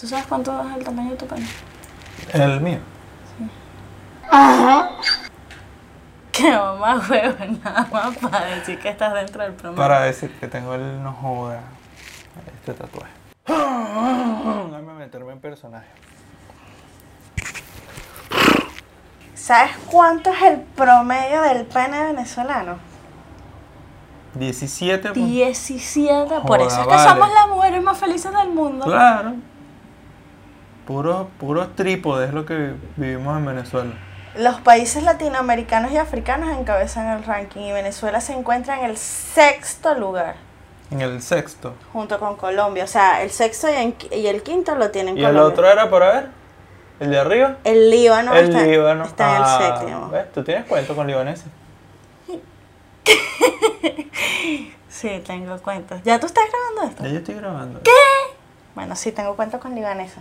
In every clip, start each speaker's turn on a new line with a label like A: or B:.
A: ¿Tú sabes cuánto es el tamaño de tu pene?
B: El mío.
A: Que mamá, huevo, nada más para decir que estás dentro del promedio.
B: Para decir que tengo el no joda. Este tatuaje.
C: Ah.
B: Déjame meterme en personaje.
C: ¿Sabes cuánto es el promedio del pene venezolano?
B: 17. pues.
A: 17. Por
B: Joda,
A: eso es que
B: vale.
A: somos las mujeres más felices del mundo.
B: Claro. Puros puros trípodes es lo que vi- vivimos en Venezuela.
C: Los países latinoamericanos y africanos encabezan el ranking y Venezuela se encuentra en el sexto lugar,
B: En el sexto.
C: junto con Colombia. O sea, el sexto y, en- y el quinto lo tienen
B: ¿Y el
C: Colombia.
B: otro era para ver? ¿El de arriba?
C: El Líbano
B: el
C: está,
B: Líbano.
C: está
B: Ah,
C: en el séptimo.
B: ¿ves? ¿Tú tienes cuento con libaneses?
A: Sí, tengo cuentos. ¿Ya tú estás grabando esto?
B: Ya yo estoy grabando. ¿Qué?
C: Bueno, sí, tengo cuentos con libanesa.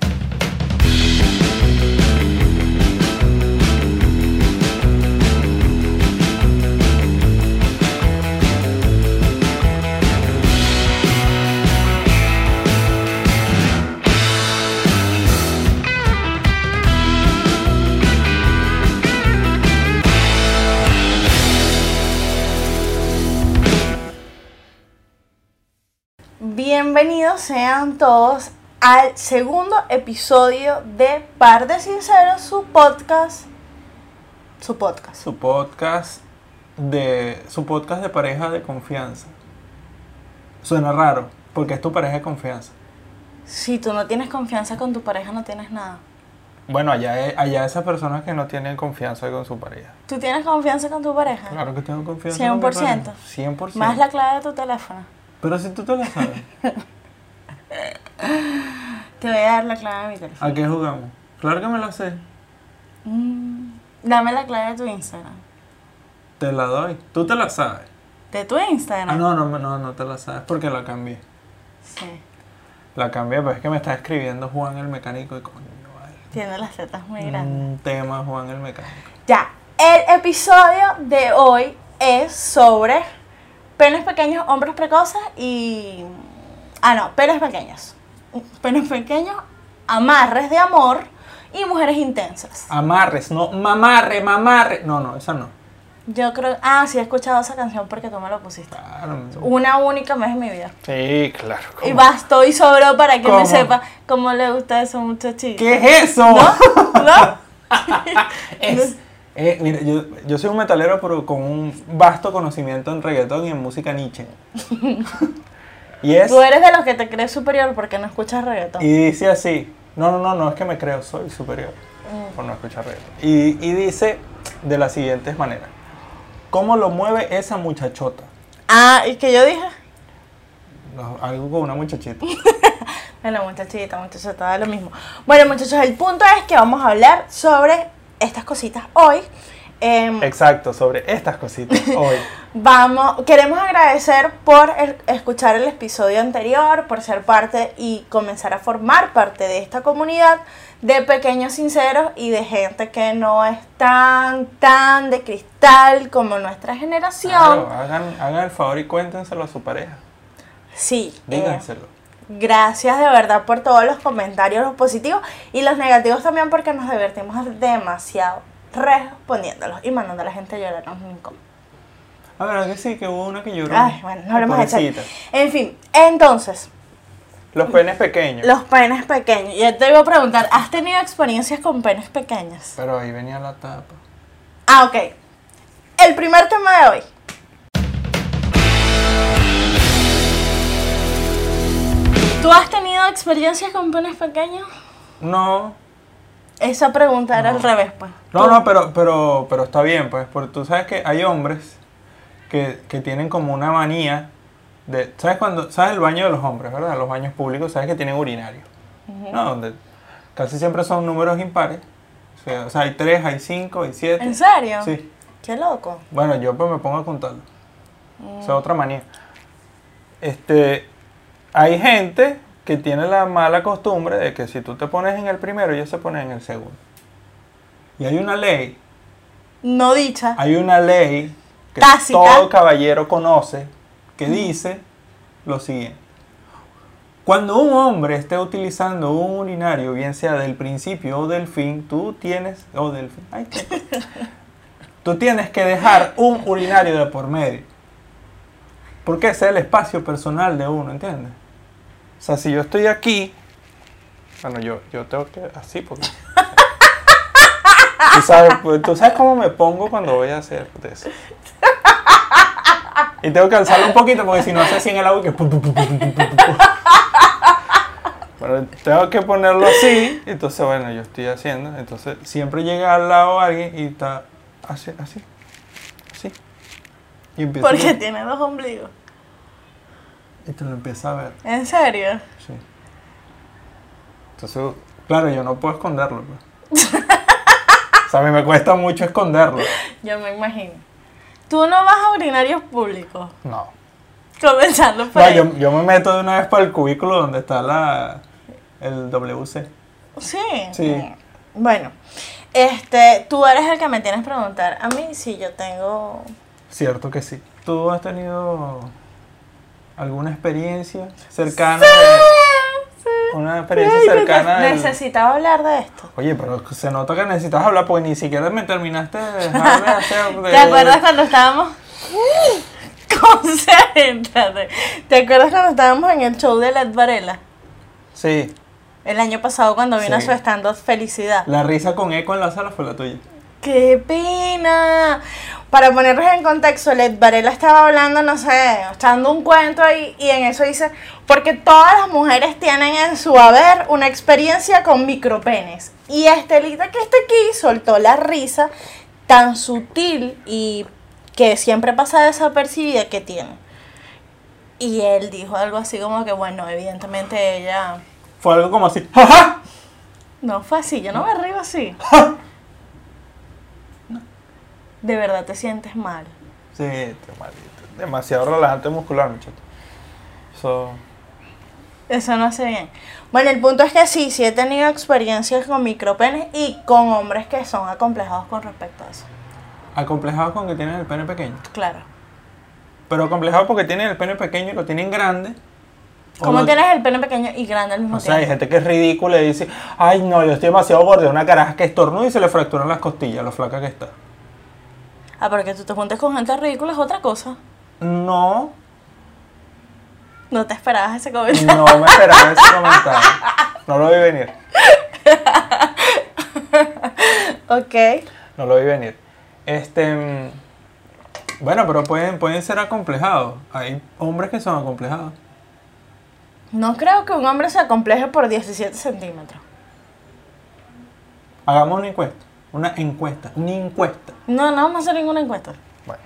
C: Bienvenidos sean todos al segundo episodio de Par de Sinceros, su podcast. Su podcast.
B: Su podcast de. Su podcast de pareja de confianza. Suena raro, porque es tu pareja de confianza.
A: Si tú no tienes confianza con tu pareja, no tienes nada.
B: Bueno, allá, e- allá esas personas que no tienen confianza con su pareja.
A: ¿Tú tienes confianza con tu pareja?
B: Claro que tengo confianza.
A: 100%.
B: Con mi pareja. 100%.
A: Más la clave de tu teléfono.
B: Pero si tú te la sabes.
A: Te voy a dar la clave de mi teléfono.
B: ¿A qué jugamos? Claro que me la sé.
A: Mm, dame la clave de tu Instagram.
B: Te la doy. Tú te la sabes.
A: ¿De tu Instagram?
B: Ah, no, no, no, no te la sabes porque la cambié.
A: Sí.
B: La cambié, pero es que me está escribiendo Juan el mecánico y coño, vale.
A: Tiene las tetas muy grandes.
B: Un tema Juan el mecánico.
C: Ya, el episodio de hoy es sobre penes pequeños, hombres precoces y... Ah, no, penes pequeños.
A: Penes pequeños.
C: Amarres de amor y mujeres intensas.
B: Ah. Amarres, no, mamarre, mamarre. No, no, esa no.
A: Yo creo. Ah, sí, he escuchado esa canción porque tú me lo pusiste.
B: Claro. me-
C: Una única vez en mi vida.
B: Sí, claro. ¿cómo?
C: Y bastó y sobró para que
B: ¿Cómo?
C: me sepa cómo le gusta eso muchachito.
B: ¿Qué es eso?
C: ¿No?
B: Es- eh, mira, yo, yo soy un metalero, pero con un vasto conocimiento en reggaetón y en música Nietzsche. y es.
C: Tú eres de los que te crees superior porque no escuchas reggaetón.
B: Y dice así. No, no, no, no es que me creo, soy superior. Por no escuchar reggaetón. Y, y dice de la siguiente manera: ¿Cómo lo mueve esa muchachota?
C: Ah, ¿y que yo dije?
B: No, algo con una muchachita.
C: Bueno, muchachita, muchachita, da lo mismo. Bueno, muchachos, el punto es que vamos a hablar sobre estas cositas hoy. Em,
B: Exacto, sobre estas cositas hoy.
C: Vamos, queremos agradecer por el- escuchar el episodio anterior, por ser parte y comenzar a formar parte de esta comunidad de pequeños sinceros y de gente que no es tan, tan de cristal como nuestra generación.
B: Claro, hagan, hagan el favor y cuéntenselo a su pareja.
C: Sí, eh,
B: Díganselo.
C: gracias de verdad por todos los comentarios, los positivos y los negativos también porque nos divertimos demasiado respondiéndolos y mandando a la gente a llorar no es muy incómodo.
B: Ah, verdad que sí, que hubo una que lloró.
C: Ay, bueno, no hablemos de
B: Pobrecita.
C: chat. En fin, entonces,
B: Los penes pequeños.
C: Los penes pequeños. Yo te iba a preguntar, ¿has tenido experiencias con penes pequeños?
B: Pero ahí venía la tapa.
C: Ah, ok. El primer tema de hoy.
A: ¿Tú has tenido experiencias con penes pequeños?
B: No.
C: Esa pregunta era al revés, pues.
B: No, no, pero, pero, pero está bien, pues, porque tú sabes que hay hombres que, que tienen como una manía de, ¿sabes cuando, sabes el baño de los hombres, verdad? Los baños públicos, sabes que tienen urinario, ¿no? Donde casi siempre son números impares, o sea, o sea, hay tres, hay cinco, hay siete.
C: ¿En serio?
B: Sí.
C: Qué loco.
B: Bueno, yo pues me pongo a contarlo. O sea, otra manía. Este, hay gente que tiene la mala costumbre de que si tú te pones en el primero, ellos se ponen en el segundo. Y hay una ley,
C: No dicha.
B: hay una ley que
C: Tácita.
B: todo caballero conoce que dice lo siguiente. Cuando un hombre esté utilizando un urinario, bien sea del principio o del fin, tú tienes. O del fin. ay, qué cosa. tú tienes que dejar un urinario de por medio. Porque ese es el espacio personal de uno, ¿entiendes? O sea, si yo estoy aquí. Bueno, Ah, yo, yo tengo que. Así, porque. Tú sabes, pues, tú sabes cómo me pongo cuando voy a hacer de eso. Y tengo que alzarlo un poquito porque si no hace así en el agua y que. pu, pu, pu, pu, pu, pu, pu, pu. Bueno, tengo que ponerlo así. Entonces, bueno, yo estoy haciendo. Entonces, siempre llega al lado alguien y está así, así. Así. Y empieza.
C: Porque tiene dos ombligos.
B: Y te lo empieza a ver.
C: ¿En serio?
B: Sí. Entonces, claro, yo no puedo esconderlo. pues. o sea, a mí me cuesta mucho esconderlo.
C: Yo me imagino. Tú no vas a urinarios públicos.
B: No.
C: Comenzando por
B: No,
C: ahí.
B: yo, yo me meto de una vez para el cubículo donde está la el WC.
C: Sí.
B: Sí.
C: Bueno, este, tú eres el que me tienes que preguntar a mí si yo tengo.
B: Cierto que sí. ¿Tú has tenido alguna experiencia cercana? de- una experiencia
C: Ay,
B: cercana.
C: neces-
B: del-
C: Necesitaba hablar de esto.
B: Oye, pero se nota que necesitas hablar porque ni siquiera me terminaste de dejar de hacer. de-
C: ¿Te acuerdas cuando estábamos? Concéntrate. ¿Te acuerdas cuando estábamos en el show de Led Varela?
B: Sí.
C: El año pasado cuando vino
B: Sí.
C: a su stand-up Felicidad.
B: La risa con eco en la sala fue la tuya.
C: ¡Qué pena! Para ponerlos en contexto, Led Varela estaba hablando, no sé, echando un cuento ahí, y en eso dice, porque todas las mujeres tienen en su haber una experiencia con micropenes. Y Estelita que está aquí soltó la risa tan sutil y que siempre pasa desapercibida que tiene. Y él dijo algo así como que, bueno, evidentemente ella...
B: Fue algo como así. ¡Ja, ja!
C: No fue así, yo no me río así.
B: ja".
C: De verdad te sientes mal.
B: Sí, este maldito. demasiado relajante muscular, muchacho. Eso.
C: Eso no hace bien. Bueno, el punto es que sí, sí he tenido experiencias con micropenes y con hombres que son acomplejados con respecto a eso.
B: Acomplejado con que tienen el pene pequeño.
C: Claro.
B: Pero acomplejado porque tienen el pene pequeño y lo tienen grande. O
C: Como
B: lo-
C: tienes el pene pequeño y grande al mismo
B: O sea, hay
C: tiempo.
B: gente que es ridícula y dice, ay no, yo estoy demasiado gorda, una caraja que estornuda y se le fracturan las costillas, lo flaca que está.
C: Ah, pero que tú te juntes con gente ridícula es otra cosa.
B: No,
C: No te esperabas ese comentario.
B: no me esperaba ese comentario. No lo vi venir, Mm.
C: Ok.
B: no lo vi venir. Este, mm, bueno, pero pueden, pueden ser acomplejados. Hay hombres que son acomplejados.
C: No creo que un hombre se acompleje por 17 centímetros.
B: Hagamos una encuesta, una encuesta, una encuesta.
C: No, no vamos a hacer ninguna encuesta.
B: Bueno,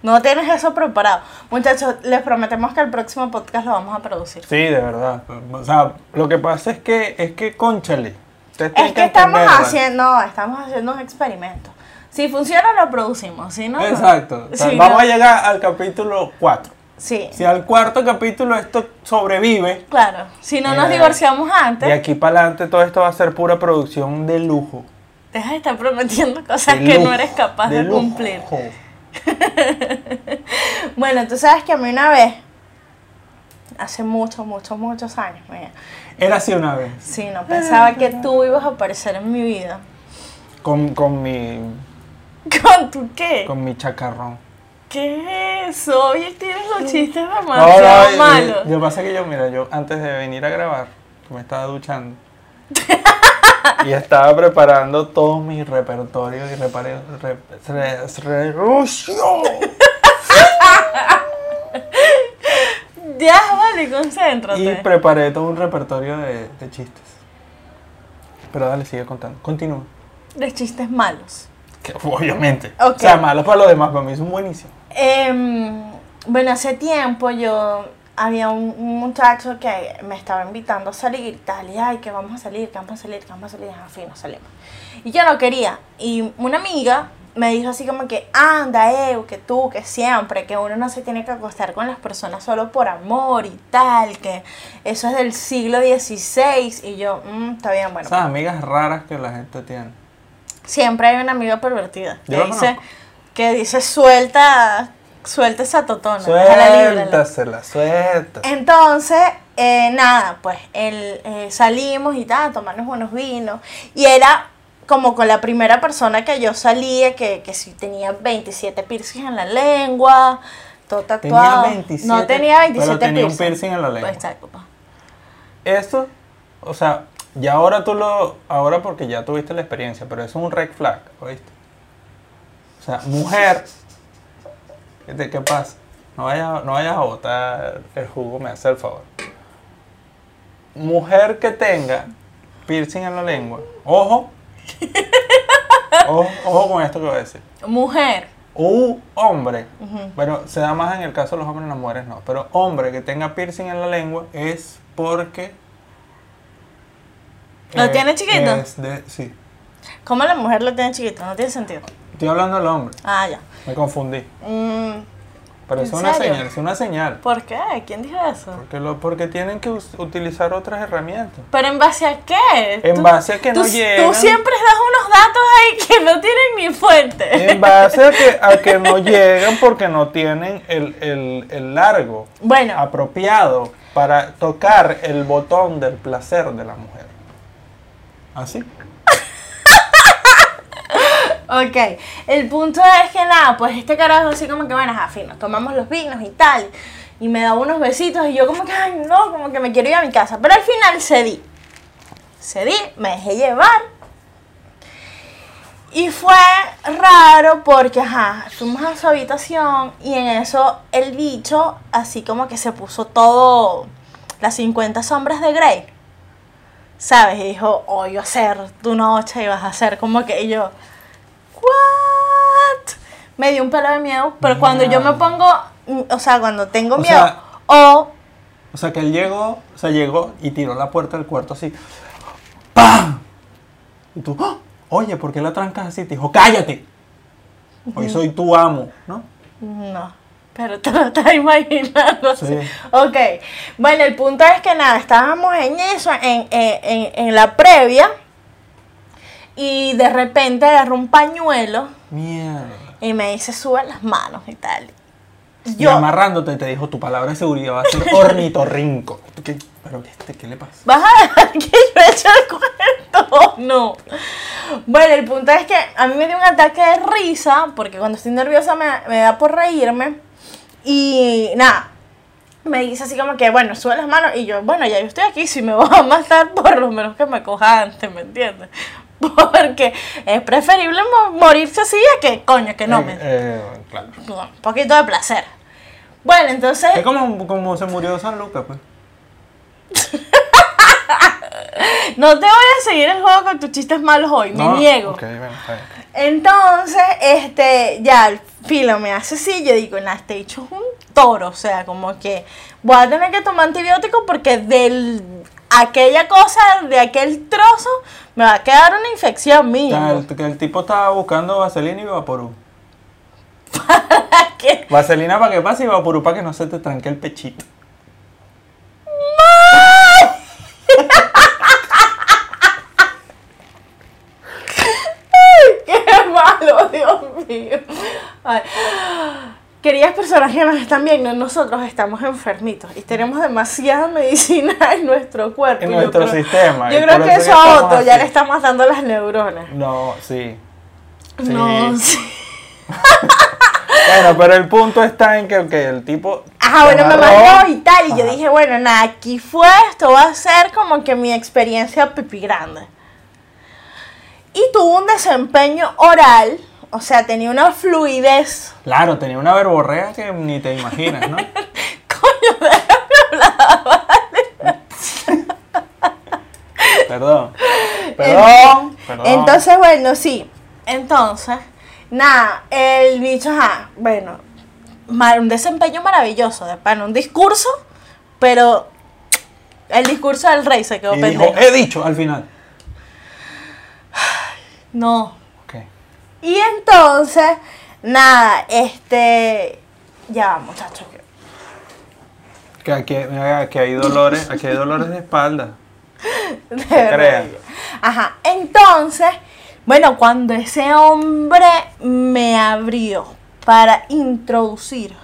C: No tienes eso preparado. Muchachos, les prometemos que el próximo podcast lo vamos a producir.
B: sí, de verdad. O sea, lo que pasa es que, es que, conchale. ustedes
C: Es
B: tienen
C: que estamos
B: entenderla.
C: haciendo, no, estamos haciendo un experimento. Si funciona, lo producimos. Si no, no.
B: Exacto. O sea,
C: Sí,
B: vamos
C: no.
B: a llegar al capítulo 4.
C: Sí,
B: Si al cuarto capítulo esto sobrevive,
C: claro. Si no nos
B: Eh,
C: divorciamos
B: de
C: antes,
B: aquí para adelante todo esto va a ser pura producción de lujo.
C: deja de estar prometiendo cosas
B: De
C: que
B: lujo,
C: no eres capaz de,
B: lujo.
C: cumplir. Bueno, tú sabes que a mí una vez, hace muchos, muchos, muchos años, mira,
B: Era así una vez,
C: sí, no pensaba que tú ibas a aparecer en mi vida.
B: con, con, mi,
C: ¿Con tu qué?
B: con mi chacarrón.
C: ¿Qué es eso? Oye, tienes los chistes
B: No,
C: demasiado
B: no,
C: malos.
B: Yo, yo pasa eh, que yo, mira, yo antes de venir a grabar, que me estaba duchando. y estaba preparando todo mi repertorio y reparé. Re, re- re- ¡Rucio!
C: Ya, vale,
B: Y
C: concéntrate.
B: preparé todo un repertorio de, de chistes. Pero dale, sigue contando. Continúa.
C: De chistes malos.
B: Que obviamente.
C: Ok.
B: O sea, malos para los demás, para mí son buenísimos.
C: Em, bueno, hace tiempo yo había un, un muchacho que me estaba invitando a salir, tal y ay, que vamos a salir, que vamos a salir, que vamos a salir, al fin no salimos. Y yo no quería. Y una amiga me dijo así como que, anda, Eu, que tú, que siempre, que uno no se tiene que acostar con las personas solo por amor y tal, que eso es del siglo XVI. Y yo, "Mm, está bien, bueno.
B: Esas amigas raras que la gente tiene.
C: Siempre hay una amiga pervertida que
B: Yo la
C: dice,
B: conozco.
C: que dice, suelta, suelta esa totona. déjala libre".
B: Suéltasela, suéltasela.
C: Entonces, eh, nada, pues el, eh, salimos y tal, tomarnos buenos vinos. Y era como con la primera persona que yo salía, que, que sí tenía 27 piercings en la lengua, todo tatuado. no tenía 27
B: pero tenía un
C: piercings.
B: piercing en la lengua.
C: Pues, exacto, pa.
B: Esto, o sea, ya ahora tú lo, ahora porque ya tuviste la experiencia, pero eso es un red flag, ¿oíste? O sea, mujer, ¿qué, te- qué pasa? No vayas, no vayas a botar el jugo, me hace el favor. Mujer que tenga piercing en la lengua, ojo, ojo, ojo con esto que voy a decir.
C: Mujer.
B: Un hombre,
C: Ujú.
B: bueno, se da más en el caso de los hombres, las mujeres no, pero hombre que tenga piercing en la lengua es porque... eh,
C: ¿Lo tiene chiquito?
B: es de- sí,
C: ¿Cómo la mujer lo tiene chiquito? No tiene sentido.
B: estoy hablando del hombre,
C: Ah, ya.
B: me confundí,
C: Mm,
B: pero
C: ¿En
B: es una
C: serio?
B: señal, es una señal,
C: ¿Por qué? ¿Quién dijo eso?
B: porque, lo, porque tienen que us- utilizar otras herramientas.
C: ¿Pero en base a qué?
B: En
C: Tú-
B: base a que
C: tú,
B: no llegan.
C: Tú siempre das unos datos ahí que no tienen ni fuente.
B: En base a que, a que no llegan porque no tienen el, el- el largo
C: Bueno,
B: apropiado para tocar el botón del placer de la mujer. ¿Así?
C: ok. El punto es que nada, pues este carajo así como que, bueno, ajá, fino, tomamos los vinos y tal. Y me da unos besitos y yo como que, ay, no, como que me quiero ir a mi casa. Pero al final cedí. Cedí, me dejé llevar. Y fue raro porque, ajá, fuimos a su habitación y en eso el bicho así como que se puso todo las 50 sombras de Grey. ¿Sabes? Y dijo, hoy va a ser tu noche y vas a ser como que y yo, ¿what? Me dio un pelo de miedo, pero cuando yo me
B: Mierda.
C: pongo, mm, o sea, cuando tengo
B: O
C: miedo,
B: sea-
C: o
B: O sea que él llegó, o sea, llegó y tiró la puerta del cuarto así. ¡Pam! Y tú, ¡ah! oye, ¿por qué la trancas así? Te dijo, cállate. Hoy soy tu amo, ¿no?
C: No, pero te lo estás imaginando.
B: Sí.
C: así. Ok, bueno, el punto es que nada, estábamos en eso, en, en- en- en la previa, y de repente agarró un pañuelo
B: Mierda.
C: y me dice, sube las manos y tal.
B: Y
C: Yo,
B: amarrándote te dijo, tu palabra de seguridad va a ser ornitorrinco. ¿Qué? ¿Pero qué, este, qué le pasa?
C: ¿vas a dejar que yo eche el cuento? No. Bueno, el punto es que a mí me dio un ataque de risa, porque cuando estoy nerviosa me, me da por reírme, y nada. me dice así como que, bueno, sube las manos. Y yo, bueno, ya yo estoy aquí, si me voy a matar, por lo menos que me coja antes, ¿me entiendes? Porque es preferible mo- morirse así a que, coño, que no
B: Eh,
C: me...
B: eh, claro.
C: Un poquito de placer. Bueno, entonces...
B: Es como, como se murió San Lucas, pues.
C: No te voy a seguir el juego con tus chistes malos hoy,
B: No,
C: me niego.
B: ok, bueno, está bien.
C: Entonces, este, ya el filo me hace así, yo digo, nah, este bicho es un toro, o sea, como que voy a tener que tomar antibiótico porque del aquella cosa, de aquel trozo, me va a quedar una infección
B: O sea,
C: mía.
B: el, que el tipo estaba buscando vaselina y vaporú.
C: ¿Qué?
B: Vaselina para que pase y vaporú para que no se te tranque el pechito.
C: ¡Qué malo, Dios mío! Ay. Queridas personas que nos están viendo, nosotros estamos enfermitos y tenemos demasiada medicina en nuestro cuerpo.
B: En
C: y yo
B: nuestro
C: creo-
B: sistema. y
C: Yo
B: por
C: creo que eso a
B: estamos
C: Otto ya
B: así.
C: le está matando las neuronas.
B: No, sí. Sí.
C: No, sí.
B: Bueno, pero el punto está en que ok, el tipo.
C: Ajá, bueno, me
B: amarró.
C: mandó y tal. Y yo
B: Ajá.
C: dije, bueno, nada, aquí fue, esto va a ser como que mi experiencia pipi grande. Y tuvo un desempeño oral, o sea, tenía una fluidez.
B: Claro, tenía una verborrea que ni te imaginas, ¿no?
C: Coño, déjame hablar.
B: Perdón. Perdón. Perdón.
C: Entonces, bueno, sí. Entonces, nada, el bicho, ajá, bueno, ma- un desempeño maravilloso, de pan, un discurso, pero el discurso del rey se quedó
B: Y dijo, "Eh".
C: pendejo.
B: he dicho al final.
C: No.
B: Ok.
C: Y entonces, nada, este, ya va, muchachos. que-
B: Que aquí, mira, aquí hay dolores, aquí hay dolores de espalda.
C: De
B: creas.
C: verdad. Ajá, entonces, bueno, cuando ese hombre me abrió para introducir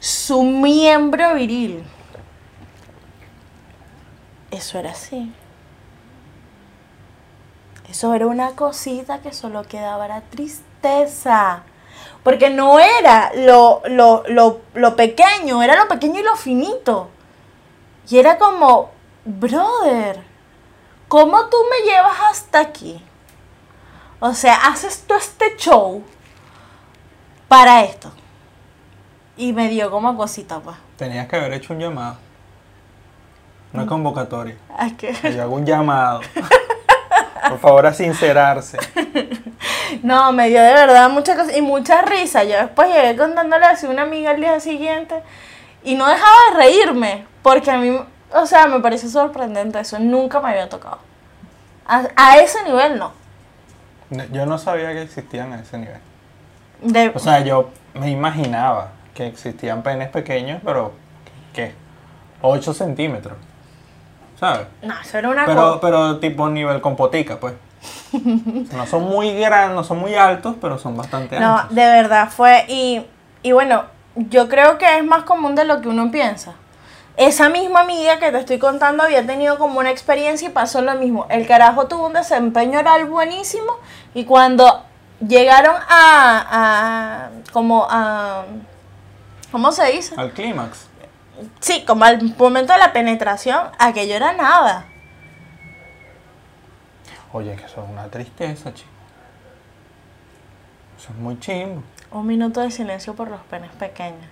C: su miembro viril Eso era así. Eso era una cosita que solo quedaba la tristeza. Porque no era lo, lo, lo, lo pequeño, era lo pequeño y lo finito. Y era como, brother, ¿cómo tú me llevas hasta aquí? O sea, haces tú este show para esto. Y me dio como cosita, pues.
B: Tenías que haber hecho un llamado. Una convocatoria.
C: Ay, que-
B: Yo hago un llamado. Por favor, a sincerarse.
C: No, me dio de verdad mucha cosa y mucha risa. Yo después llegué contándole así a una amiga al día siguiente y no dejaba de reírme porque a mí, o sea, me pareció sorprendente eso. Nunca me había tocado. A, a ese nivel no.
B: No, Yo no sabía que existían a ese nivel.
C: De-
B: O sea, yo me imaginaba que existían penes pequeños, pero ¿qué? 8 centímetros. ¿Sabes?
C: no, eso era una
B: Pero,
C: cosa.
B: pero tipo nivel compotica, pues. O sea, no son muy grandes, no son muy altos, pero son bastante
C: No,
B: altos.
C: de verdad fue. Y, y bueno, yo creo que es más común de lo que uno piensa. Esa misma amiga que te estoy contando había tenido como una experiencia y pasó lo mismo. El carajo tuvo un desempeño oral buenísimo y cuando llegaron a, a como a, ¿cómo se dice?
B: Al clímax.
C: Sí, como al momento de la penetración, aquello era nada.
B: Oye, que eso es una tristeza, chico. Eso es muy chimbo.
C: Un minuto de silencio por los penes pequeños.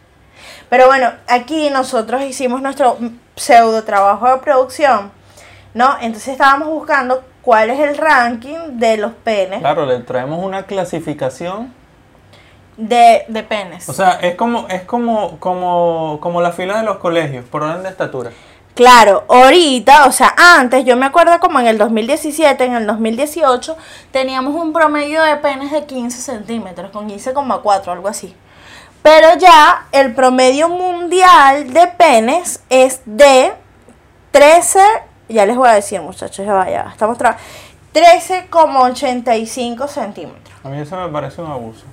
C: Pero bueno, aquí nosotros hicimos nuestro pseudo trabajo de producción, ¿no? Entonces estábamos buscando cuál es el ranking de los penes,
B: Claro, le traemos una clasificación
C: de, de penes.
B: O sea, es como, es como, como, como la fila de los colegios, por orden de estatura.
C: claro, ahorita, o sea, antes, yo me acuerdo como en el 2017, en el 2018, teníamos un promedio de penes de 15 centímetros, con 15,4, algo así. Pero ya el promedio mundial de penes es de 13, ya les voy a decir muchachos, ya va, ya va, estamos tra- 13,85 centímetros.
B: A mí eso me parece un abuso.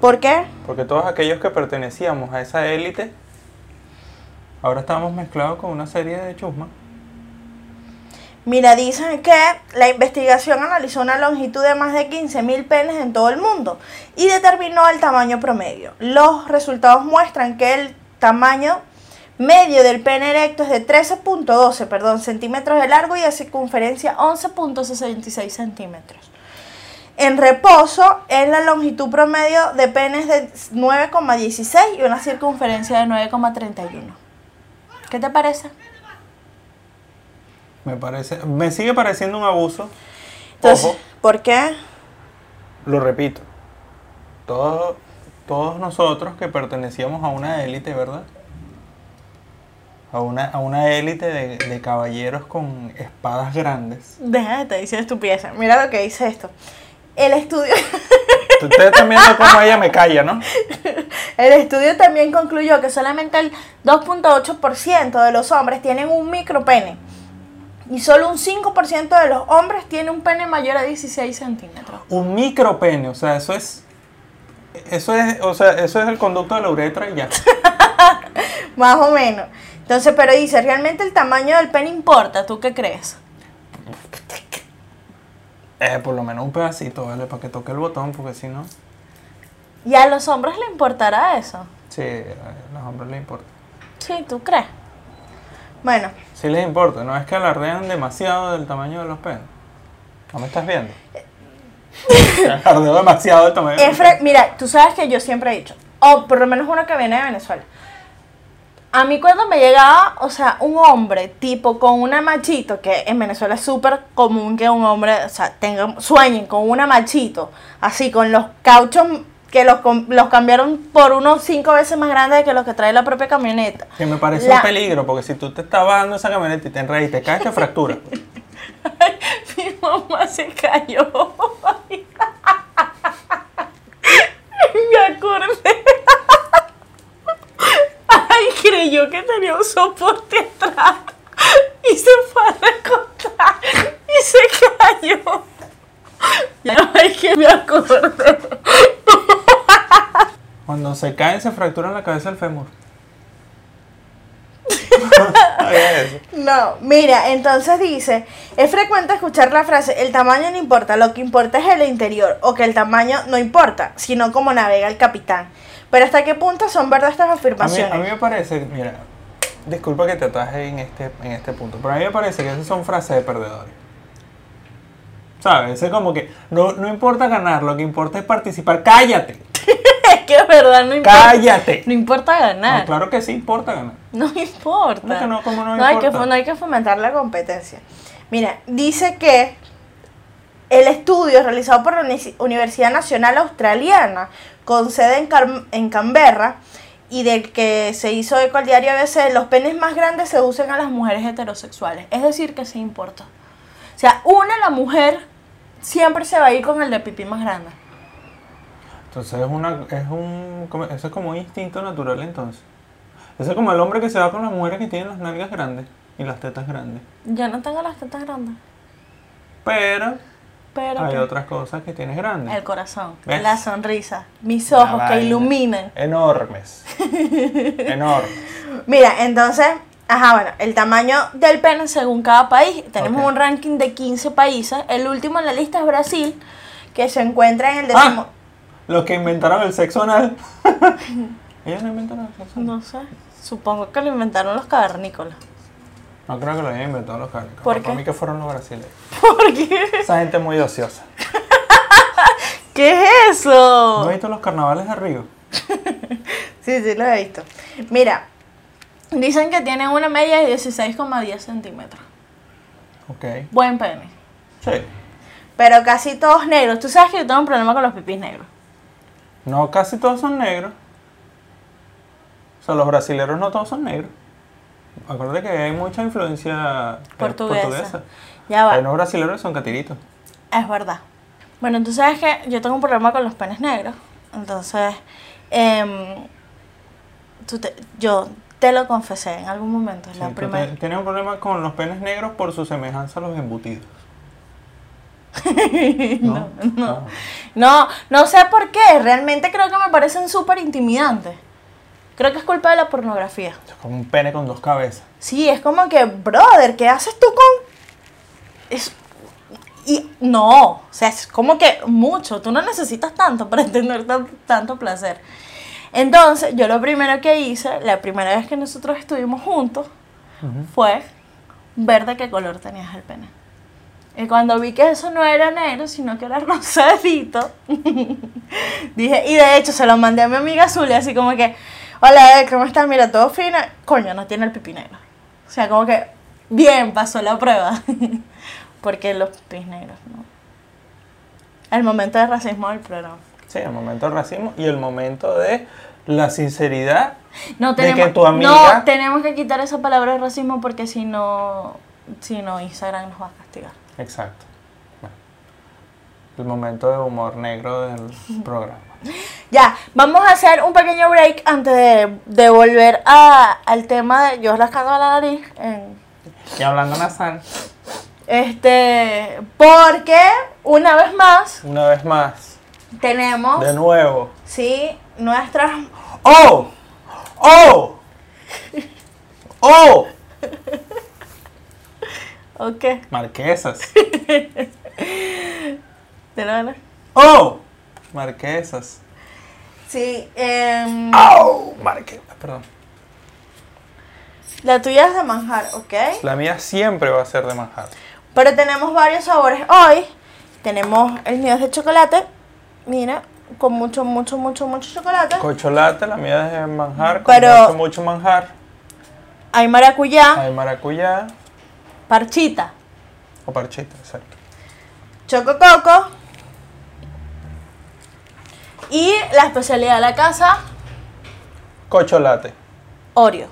C: ¿Por qué?
B: Porque todos aquellos que pertenecíamos a esa élite, ahora estamos mezclados con una serie de chusmas.
C: Mira, dicen que la investigación analizó una longitud de más de 15.000 penes en todo el mundo y determinó el tamaño promedio. Los resultados muestran que el tamaño medio del pene erecto es de 13.12 perdón, centímetros de largo y de circunferencia 11.66 centímetros. En reposo es la longitud promedio de penes de 9,16 y una circunferencia de 9,31. ¿Qué te parece?
B: Me parece, me sigue pareciendo un abuso.
C: Entonces,
B: Ojo,
C: ¿por qué?
B: lo repito. Todos, todos nosotros que pertenecíamos a una élite, ¿verdad? A una, a una élite de, de caballeros con espadas grandes.
C: Deja de estar diciendo estupideces. Mira lo que dice esto. El estudio,
B: Ustedes están viendo cómo ella me calla, ¿no?
C: el estudio también concluyó que solamente el 2.8% de los hombres tienen un micropene. Y solo un 5% de los hombres tiene un pene mayor a 16 centímetros.
B: Un micro pene, o sea, eso es. Eso es, o sea, eso es el conducto de la uretra y ya.
C: Más o menos. Entonces, pero dice, ¿realmente el tamaño del pene importa? ¿Tú qué crees?
B: Eh, por lo menos un pedacito, ¿vale? Para que toque el botón, porque si no.
C: ¿Y a los hombres le importará eso?
B: Sí, a los hombres les importa.
C: Sí, ¿tú crees? Bueno,
B: Sí les importa, no es que alardean demasiado del tamaño de los penes. ¿No me estás viendo? Alardeo demasiado del tamaño de
C: Es
B: los
C: fre- mira, tú sabes que yo siempre he dicho, o por lo menos uno que viene de Venezuela. A mí cuando me llegaba, o sea, un hombre tipo con una machito, que en Venezuela es súper común que un hombre, o sea, tenga, sueñen con una machito, así con los cauchos que los, com- los cambiaron por unos cinco veces más grandes que los que trae la propia camioneta.
B: Que me parece
C: La-
B: un peligro, porque si tú te estás bajando esa camioneta y te enredas y te caes, te fracturas.
C: Mi mamá se cayó. Me acordé. Ay, creyó que tenía un soporte atrás. Y se fue a recostar. Y se cayó. Ay, que me acordé.
B: Cuando se caen, se fracturan la cabeza el fémur. sabía eso.
C: No, mira, entonces dice, es frecuente escuchar la frase, el tamaño no importa, lo que importa es el interior, o que el tamaño no importa, sino cómo navega el capitán. Pero ¿hasta qué punto son verdad estas
B: A mí,
C: afirmaciones?
B: a mí me parece, mira, disculpa que te ataje en este, en este punto, pero a mí me parece que esas son frases de perdedores. ¿Sabes? Es como que no, no importa ganar, lo que importa es participar. ¡Cállate!
A: Es que es verdad, no importa.
B: ¡Cállate!
A: No importa
B: No,
A: ganar.
B: claro que sí importa ganar.
A: No importa.
B: ¿Cómo que no? ¿Cómo no
C: hay que,
B: importa?
C: fu- no hay que fomentar la competencia. Mira, dice que el estudio realizado por la Uni- Universidad Nacional Australiana, con sede en, Car- en Canberra, y del que se hizo eco el diario ABC, los penes más grandes se usan a las mujeres heterosexuales. Es decir, que se importa. O sea, una, la mujer, siempre se va a ir con el de pipí más grande.
B: Entonces es una, es un, como- eso es como un instinto natural entonces. Eso es como el hombre que se va con las mujeres que tienen las nalgas grandes y las tetas grandes.
A: Yo no tengo las tetas grandes.
B: Pero
A: Pero
B: Ah, hay
A: que-
B: otras cosas que tienes grandes.
A: el corazón,
B: ¿Ves?
A: la sonrisa, mis
B: La
A: ojos que
B: vaina.
A: iluminan.
B: Enormes. Enormes.
C: Mira, entonces, ajá, bueno, el tamaño del pene según cada país. Tenemos
B: Ok.
C: un ranking de 15 países. El último en la lista es Brasil, que se encuentra en el décimo.
B: Ah, los que inventaron el sexo anal. Ellos no inventaron el sexo anal.
A: No sé. Supongo que lo inventaron los cavernícolas.
B: No creo que lo hayan inventado los cárnicos.
A: ¿Por
B: Para
A: qué?
B: mí que fueron los brasileños.
A: ¿Por qué?
B: Esa gente muy ociosa.
A: ¿Qué es eso?
B: ¿No has visto los carnavales de Río?
C: Sí, sí, lo he visto. Mira,
A: Dicen que tienen una media de 16,10 centímetros.
B: Ok.
A: Buen pene.
B: Sí.
C: pero casi todos
A: Negros, tú sabes que yo tengo un problema con los pipis negros.
B: No, casi todos son negros. O sea, los brasileros no todos son negros. Acuérdate que hay mucha influencia eh,
A: Portuguesa.
B: portuguesa.
A: Ya va.
B: Hay unos brasileros que son catiritos.
A: Es verdad. Bueno, tú sabes que yo tengo un problema con los penes negros. Entonces, em, tú te- yo te lo confesé en algún momento.
B: Sí,
A: la
B: tú
A: primera.
B: te- Tienes un problema con los penes negros por su semejanza a los embutidos. no, Ah. no.
C: No, no sé por qué. Realmente creo que me parecen súper intimidantes.
A: Creo que es culpa de la pornografía.
B: Es como un pene con dos cabezas.
C: Sí, es como que, brother, ¿qué haces tú con...? Es... Y no, o sea, es como que mucho, tú no necesitas tanto para tener tan- tanto placer. Entonces, yo lo primero que hice, la primera vez que nosotros estuvimos juntos,
A: Fue ver de qué color tenías el pene. Y cuando vi que eso no era negro, sino que era rosadito,
C: dije, y de hecho se lo mandé a mi amiga Zulia, así como que, hola, Ed, ¿cómo estás? Mira, todo fino. Coño, no tiene el pipí negro.
A: o sea, como que bien pasó la prueba. Porque los pipis negros, ¿no?
C: El momento de racismo del programa.
B: Sí, el momento del racismo y el momento de la sinceridad.
A: No
B: De que
A: tenemos,
B: tu amiga-
A: no, tenemos que quitar esa palabra de racismo porque si no, si no, Instagram nos va a castigar.
B: Exacto. Bueno. El momento de humor negro del programa.
C: Ya, vamos a hacer un pequeño break antes de, de volver a- al tema de yo rascando la nariz. en-
B: Y hablando nasal,
C: este, porque una vez más
B: una vez más,
C: tenemos,
B: de nuevo.
C: sí, nuestras...
B: ¡Oh! ¡Oh! ¡Oh!
C: Ok,
B: Marquesas.
C: ¿te lo ganas?
B: ¡Oh! Marquesas.
C: Sí, em,
B: ¡Oh! Marquesas. Perdón.
C: la tuya es de manjar, ok.
B: La mía siempre va a ser de manjar.
C: Pero tenemos varios sabores hoy. Tenemos el mío es de chocolate. Mira, con mucho, mucho, mucho, mucho chocolate.
B: Cocholate, la mía es de manjar. Con
C: Pero-
B: mucho, mucho manjar.
C: Hay maracuyá,
B: Hay maracuyá
C: parchita,
B: o parchita, exacto.
C: choco coco. Y la especialidad de la casa,
B: Cocholate.
C: Oreo.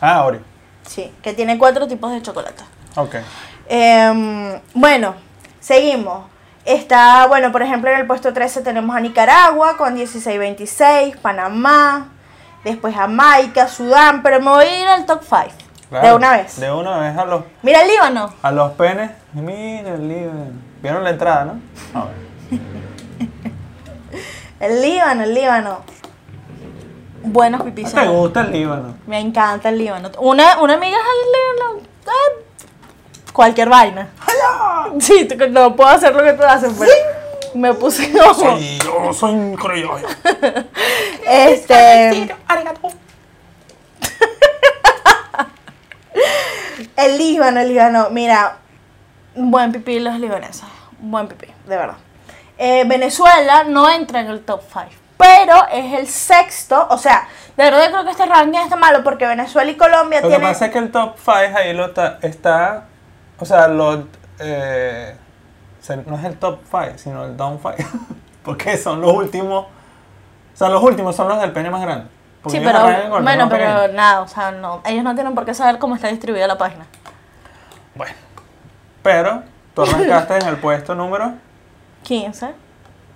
B: Ah, Oreo.
C: Sí, que tiene cuatro tipos de chocolate.
B: Ok.
C: Em, bueno, seguimos. Está, bueno, por ejemplo, en el puesto 13 tenemos a Nicaragua con 16.26, Panamá, después Jamaica, Sudán, pero me voy a ir al top 5 de
B: Claro,
C: una vez.
B: De una vez a los,
C: Mira el Líbano.
B: a los penes. Mira, el Líbano. Vieron la entrada, ¿no? Ah, A ver.
C: El Líbano, el Líbano. buenos pipis.
B: ¿Te gusta el Líbano?
C: Me encanta el Líbano. Una, una amiga es al Líbano. ah, cualquier vaina. Sí, tú- no puedo hacer lo que tú haces, pero me puse ojo.
B: Sí, yo soy increíble.
C: Este,
B: arigato.
D: El Líbano, el Líbano. Mira,
C: buen pipí los libaneses. Buen pipí, de verdad. Eh, Venezuela no entra en el top 5.
D: pero es el sexto. O sea, de verdad yo creo que este ranking está malo porque Venezuela y Colombia
B: Lo que
D: tienen.
B: pasa es que el top 5 ahí lo ta- está. O sea, lo. eh, o sea, no es el top 5, sino el down 5. Porque son los últimos. O sea, los últimos son los del pene más grande. Porque
C: Sí,
B: ellos
C: pero
B: arrancan con el
C: bueno,
B: más
C: pero
B: pequeño.
C: nada, o sea, no, ellos no tienen por qué saber cómo está distribuida la página.
B: Bueno. Pero tú arrancaste en el puesto número.
C: 15.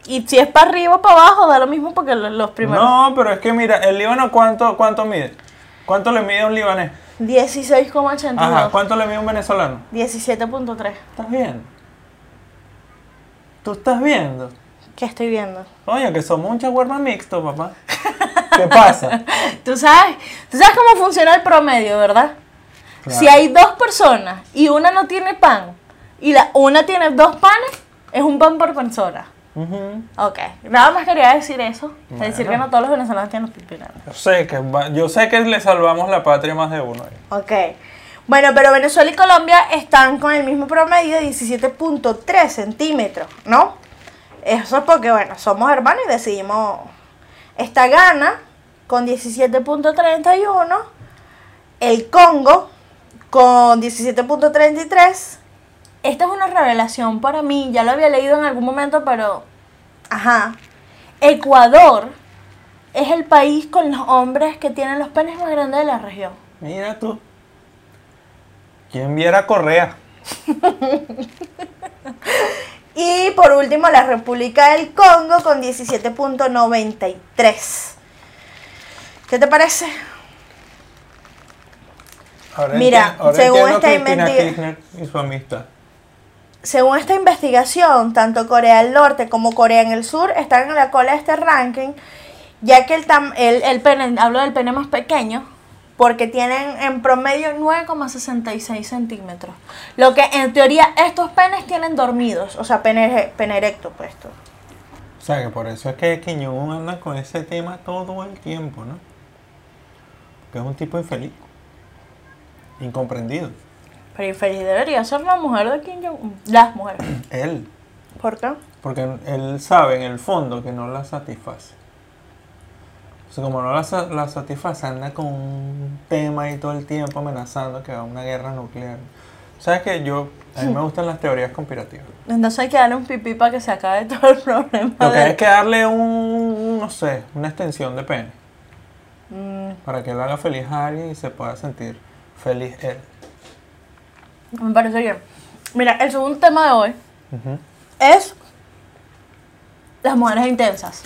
C: Y si es para arriba o para abajo, da lo mismo porque lo- los primeros.
B: No, pero es que mira, el Líbano, ¿cuánto, cuánto mide? ¿Cuánto le mide un libanés?
C: 16,82.
B: Ajá, ¿cuánto le mide un venezolano?
C: 17.3.
B: ¿Estás viendo? ¿Tú estás viendo?
C: ¿Qué estoy viendo?
B: Coño, que somos un chaguarma mixto, papá. ¿Qué pasa?
C: Tú sabes, tú sabes cómo funciona el promedio, ¿verdad?
B: Claro.
C: Si hay dos personas y una no tiene pan y la una tiene dos panes, es un pan por persona.
B: Ujú.
C: Ok, nada más quería decir eso.
B: Bueno.
C: Decir que no todos los venezolanos tienen pipí grande.
B: Yo sé que va- yo sé que le salvamos la patria a más de uno. ahí.
D: Ok. Bueno, pero Venezuela y Colombia están con el mismo promedio de 17.3 centímetros, ¿no? Eso es porque, bueno, somos hermanos y decidimos. Esta Ghana con 17.31, el Congo con 17.33,
C: Esta es una revelación para mí, ya lo había leído en algún momento, pero
D: ajá,
C: Ecuador es el país con los hombres que tienen los penes más grandes de la región.
B: Mira tú. ¿Quién viera a Correa?
D: y por último la República del Congo con 17.93. ¿Qué te parece?
B: Ahora
D: Mira,
B: enti- ahora
D: según
B: entiendo
D: esta
B: Cristina
D: investiga-
B: Kirchner y su amistad.
D: Según esta investigación, tanto Corea del Norte como Corea del Sur están en la cola de este ranking, ya que el, tam- el- el-
C: El pene, hablo del pene más pequeño,
D: porque tienen en promedio nueve,
C: 9,66 centímetros. Lo que en teoría estos penes tienen dormidos.
D: o sea, pene, pene erecto pues, puesto.
B: O sea, que por eso es que Quiñón anda con ese tema todo el tiempo, ¿no? Que es un tipo infeliz. Incomprendido.
C: Pero infeliz debería ser la mujer de Kim Jong-un. Las mujeres.
B: Él.
D: ¿Por qué?
B: Porque él sabe en el fondo que no la satisface. O sea, como no la, sa- la satisface, anda con un tema ahí todo el tiempo amenazando que va a una guerra nuclear. ¿Sabes que Yo, a mí me gustan las teorías conspirativas.
C: Entonces hay que darle un pipí para que se acabe todo el problema.
B: Lo que
C: de-
B: hay es que darle un, no sé, una extensión de pene.
C: Mm,
B: Para que lo haga feliz a alguien y se pueda sentir feliz él.
C: Me parece bien. Mira, el segundo tema de hoy
B: Ujú.
C: es las mujeres intensas.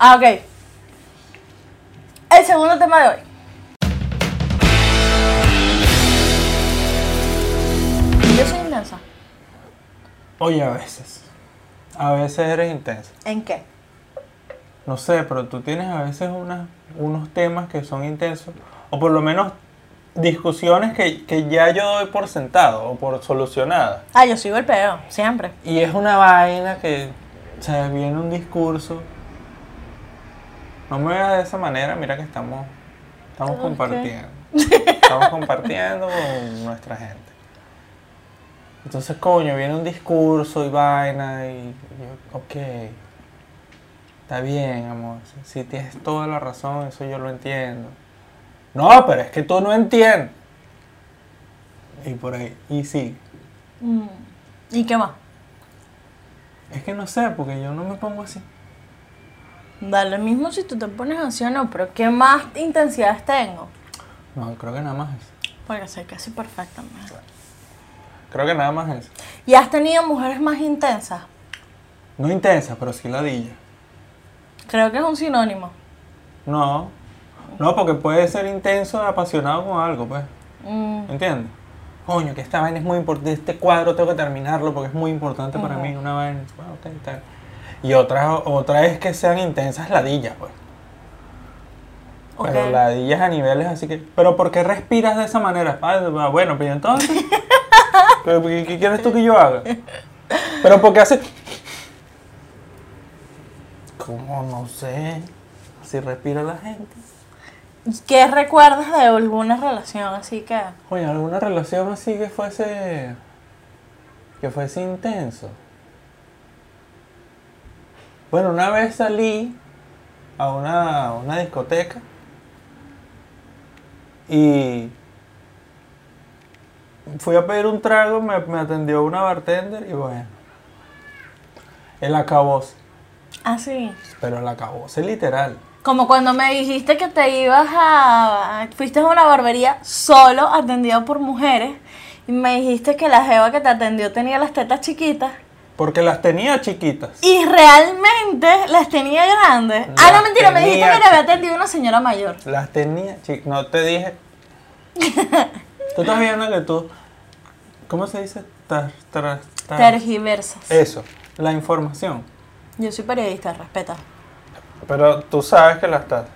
C: Ah, ok. El segundo tema de hoy. Yo soy intensa.
B: Oye, a veces. A veces eres intensa.
D: ¿En qué?
B: No sé, pero tú tienes a veces unas- unos temas que son intensos, o por lo menos discusiones que, que ya yo doy por sentado o por solucionadas.
C: Ah, yo soy golpeo, siempre.
B: Y es una vaina que se viene un discurso. No me veas de esa manera, mira que estamos, estamos
C: Ok.
B: compartiendo. Estamos compartiendo con nuestra gente. Entonces, coño, viene un discurso y vaina y yo, ok. Está bien, amor. si- Si tienes toda la razón, eso yo lo entiendo. No, pero es que tú no entiendes. Y por ahí. Y sí.
C: Mm. ¿Y qué más?
B: Es que no sé, porque yo no me pongo así.
C: Da lo mismo si tú te pones así o no, pero ¿qué más intensidades tengo?
B: No, creo que nada más es.
C: Porque soy casi perfecta. mija.
B: Creo que nada más es.
C: ¿Y has tenido mujeres más intensas?
B: No intensa, pero sí ladilla.
C: Creo que es un sinónimo.
B: No. No, porque puede ser intenso, apasionado con algo, pues.
C: Mm.
B: ¿Entiendes? Coño, que esta vaina es muy importante. Este cuadro tengo que terminarlo porque es muy importante para mí. Una vaina. Bueno, ok, tal. Y otra, otra es que sean intensas ladillas, pues. Pero ladillas a niveles así que. ¿Pero por qué respiras de esa manera? Ah, bueno, pero entonces. ¿pero ¿Qué qué quieres tú que yo haga? ¿Pero por qué haces.? ¿Cómo no sé? Si respira la gente.
C: ¿Qué recuerdas de alguna relación así que...
B: Oye, ¿alguna relación así que fuese. que fuese intenso? Bueno, una vez salí a una, a una discoteca y fui a pedir un trago, me, me atendió una bartender y bueno, el acabose,
C: Así.
B: pero el acabose literal.
C: Como cuando me dijiste que te ibas a... a- Fuiste a una barbería solo atendido por mujeres y me dijiste que la jeva que te atendió tenía las tetas chiquitas
B: Porque las tenía chiquitas.
C: y realmente las tenía grandes. ah, no,
B: Las
C: mentira, me dijiste
B: tenía
C: que te había atendido una señora mayor.
B: Las tenía chiquitas. No te dije. tú estás viendo que tú. ¿Cómo se dice? Tras, tras, tras-
C: Tergiversas.
B: Eso, la información.
C: Yo soy periodista, respeta.
B: Pero tú sabes que la estás.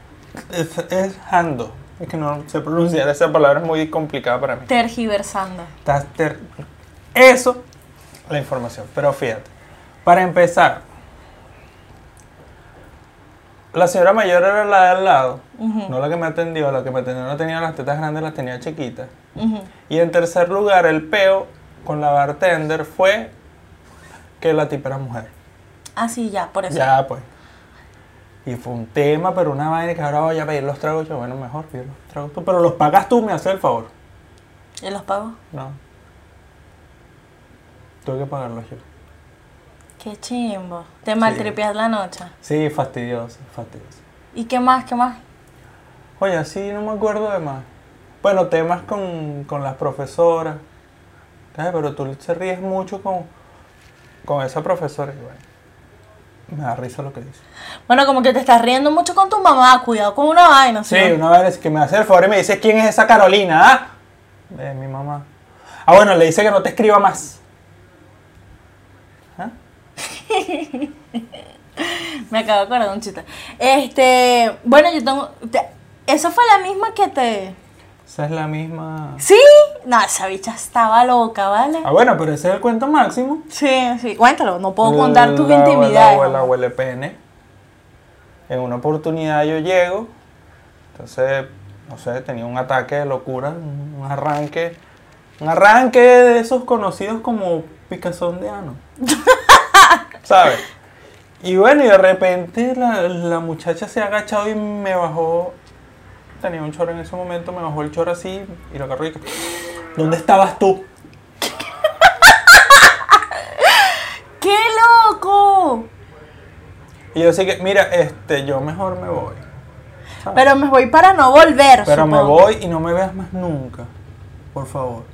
B: Es, es ando. Es que no sé pronunciar esa palabra, es muy complicada para mí.
C: Tergiversando.
B: Estás ter- Eso, la información. Pero fíjate, para empezar, la señora mayor era la de al lado, no la que me atendió, la que me atendió no tenía las tetas grandes, las tenía chiquitas.
C: Ujú.
B: Y en tercer lugar, el peo con la bartender fue que la tipa era mujer.
C: Así Ah, ya, por eso.
B: Ya, pues. Y fue un tema, pero una vaina que ahora voy a pedir los tragos yo. Bueno, mejor pide los tragos tú. Pero los pagas tú, me haces el favor.
C: ¿Y los pagos?
B: No. Tuve que pagarlos yo.
C: Qué chimbo. Te maltripeas la noche.
B: Sí, fastidioso, fastidioso.
C: ¿Y qué más? ¿Qué más?
B: Oye, así no me acuerdo de más. Bueno, temas con, con las profesoras. Ay, pero tú te ríes mucho con, con esa profesora. Y bueno, me da risa lo que dice.
C: Bueno, como que te estás riendo mucho con tu mamá. Cuidado con una vaina.
B: Sí,
C: ¿no?
B: una vez que me hace el favor y me dice, ¿quién es esa Carolina? Ah? Eh, mi mamá. Ah, bueno, le dice que no te escriba más. ¿Ah?
C: Me acabo de acordar de un chiste. Este, bueno, yo tengo. te- esa fue la misma que te.
B: Esa es la misma...
C: ¿Sí? No, esa bicha estaba loca, ¿vale?
B: Ah, bueno, pero ese es el cuento máximo.
C: Sí, sí. Cuéntalo, no puedo contar tus
B: La- la-
C: intimidades.
B: La la huele pene. E En una oportunidad yo llego, entonces, no sé, tenía un ataque de locura, un un arranque, un arranque de esos conocidos como picazón de ano. ¿Sabes? Y bueno, y de repente la, la muchacha se ha agachado y me bajó. Tenía un chorro en ese momento, me bajó el chorro así y lo agarró y. ¿Dónde estabas tú?
C: ¡Qué loco!
B: Y yo así que, mira, este, yo mejor me voy.
C: Pero me voy para no volver.
B: Pero me
C: supongo.
B: voy y no me veas más nunca. Por favor.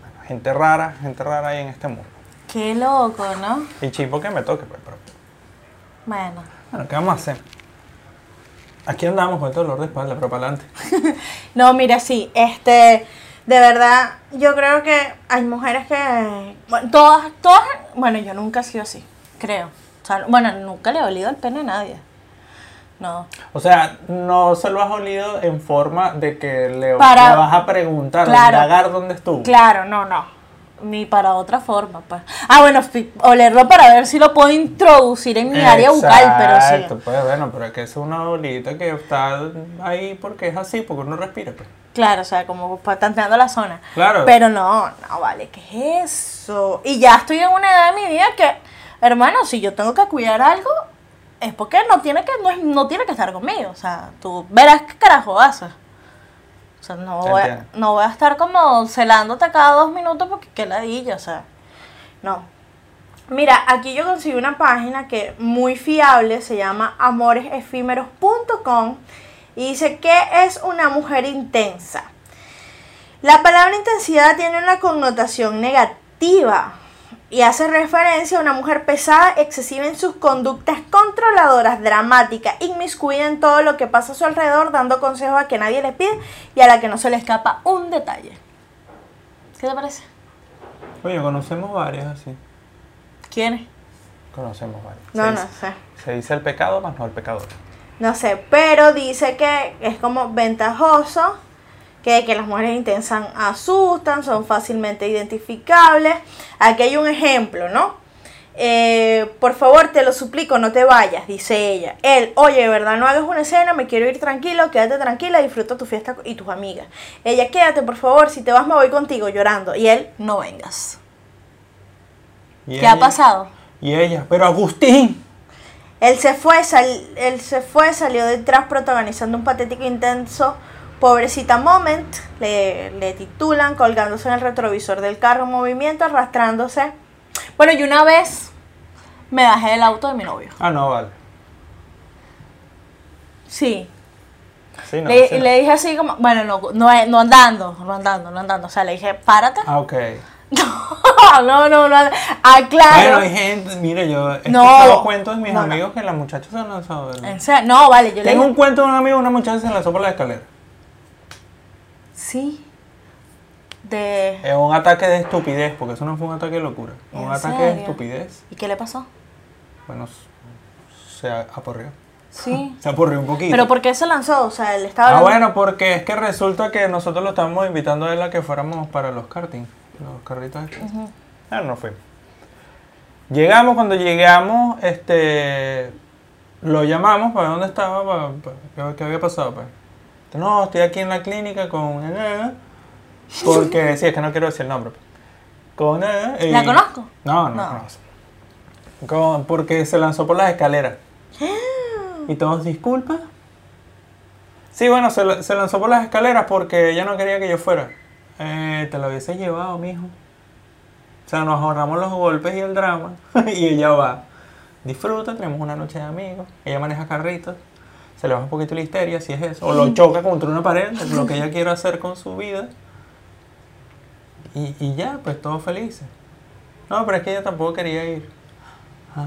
B: Bueno, Gente rara, gente rara ahí en este mundo.
C: Qué loco, ¿no?
B: Y chivo que me toque, pues, pero.
C: Bueno.
B: Bueno, ¿qué vamos a hacer? Aquí andamos con este dolor de espalda, pero para adelante.
E: No, mira, sí, este, de verdad, yo creo que hay mujeres que,
C: Bueno, todas, todas. Bueno, yo nunca he sido así, creo. O sea, bueno, nunca le he olido el pene a nadie. No.
B: O sea, no se lo has olido en forma de que le,
C: Para-
B: le vas a preguntar,
C: Claro.
B: a indagar dónde estuvo.
C: Claro, no, no. Ni para otra forma, pues. Ah, bueno, fi- olerlo para ver si lo puedo introducir en mi área bucal, pero
B: Exacto,
C: sí.
B: pues bueno, pero es que es una bolita que está ahí porque es así, porque uno respira, pues.
C: Claro, o sea, como pa- tanteando la zona.
B: Claro.
C: Pero no, no, vale, ¿qué es eso? Y ya estoy en una edad de mi vida que, hermano, si yo tengo que cuidar algo, es porque no tiene que, no, es- no tiene que estar conmigo. O sea, tú verás qué carajo haces. O sea, no voy, a,
B: Entiendo.
C: no voy a estar como celándote cada dos minutos porque qué ladilla, o sea.
E: no. Mira, aquí yo conseguí una página que muy fiable, se llama amoresefímeros.com y dice, ¿qué es una mujer intensa? La palabra intensidad tiene una connotación negativa y hace referencia a una mujer pesada, excesiva en sus conductas controladoras, dramática, inmiscuida en todo lo que pasa a su alrededor, dando consejos a que nadie le pide y a la que no se le escapa un detalle.
C: ¿Qué te parece?
B: Oye, conocemos varias así.
C: ¿Quién?
B: Conocemos varias.
E: No,
B: Se
E: no
B: dice-
E: sé.
B: Se dice el pecado más no el pecador.
F: No sé, pero dice que es como ventajoso, que, que las mujeres intensas asustan, son fácilmente identificables. Aquí hay un ejemplo, ¿no? Eh, por favor, te lo suplico, no te vayas, dice ella. Él, oye, de verdad, no hagas una escena, me quiero ir tranquilo, quédate tranquila, disfruta tu fiesta y tus amigas. Ella, quédate, por favor, si te vas me voy contigo llorando. Y él,
C: No vengas.
B: Y
C: ¿Qué ha
B: ella-
C: pasado?
B: Y ella, pero Agustín.
F: Él se fue, sal- él se fue, salió detrás protagonizando un patético intenso Pobrecita Moment, le, le titulan, colgándose en el retrovisor del carro en movimiento, arrastrándose.
C: Bueno, yo una vez me bajé del auto de mi novio.
B: Ah, no, vale.
C: Sí.
B: Sí, no,
C: le,
B: sí,
C: y
B: no.
C: le dije así como, bueno, no, no, no andando, no andando, no andando. O sea, le dije, párate.
B: Ah, ok.
C: no, no, no. Ah, claro.
B: Bueno, hay gente, mira, yo he
C: No.
B: escuchado cuentos de mis
C: No, no.
B: amigos que la muchacha se ha lanzado. del-
C: En serio, no, vale, yo le
B: Tengo
C: dije.
B: un cuento de un amigo, una muchacha se lanzó por la escalera.
C: Sí. De.
B: Es un ataque de estupidez, porque eso no fue un ataque de locura. Un
C: ¿En
B: ataque de
C: serio?
B: estupidez.
C: ¿Y qué le pasó?
B: Bueno, s- se a- aporreó.
C: Sí.
B: Se aporreó un poquito.
C: Pero ¿por qué
F: Se
C: se lanzó?
F: lanzó, o sea, él estaba.
B: Ah,
F: hablando-
B: bueno, porque es que resulta que nosotros lo estábamos invitando a él a que fuéramos para los karting, los carritos estos. Ah, no fue. Llegamos, cuando llegamos, este, lo llamamos para ver dónde estaba, para, para- para ver qué había pasado. Pues. No, estoy aquí en la clínica con... Porque, sí, es que no quiero decir el nombre. pues. Con... y-
C: ¿La conozco?
B: No, no,
C: No.
B: la conozco. Con- porque se lanzó por las escaleras. Y todos, disculpa. Sí, bueno, se, la- se lanzó por las escaleras porque ella no quería que yo fuera. Eh, te lo hubiese llevado, mijo. O sea, nos ahorramos los golpes y el drama. y ella va. Disfruta, tenemos una noche de amigos. Ella maneja carritos. Se le baja un poquito la histeria, si es eso. O lo choca contra una pared, es lo que ella quiere hacer con su vida. Y, y ya, pues todos felices. No, pero es que ella tampoco quería ir. Ah.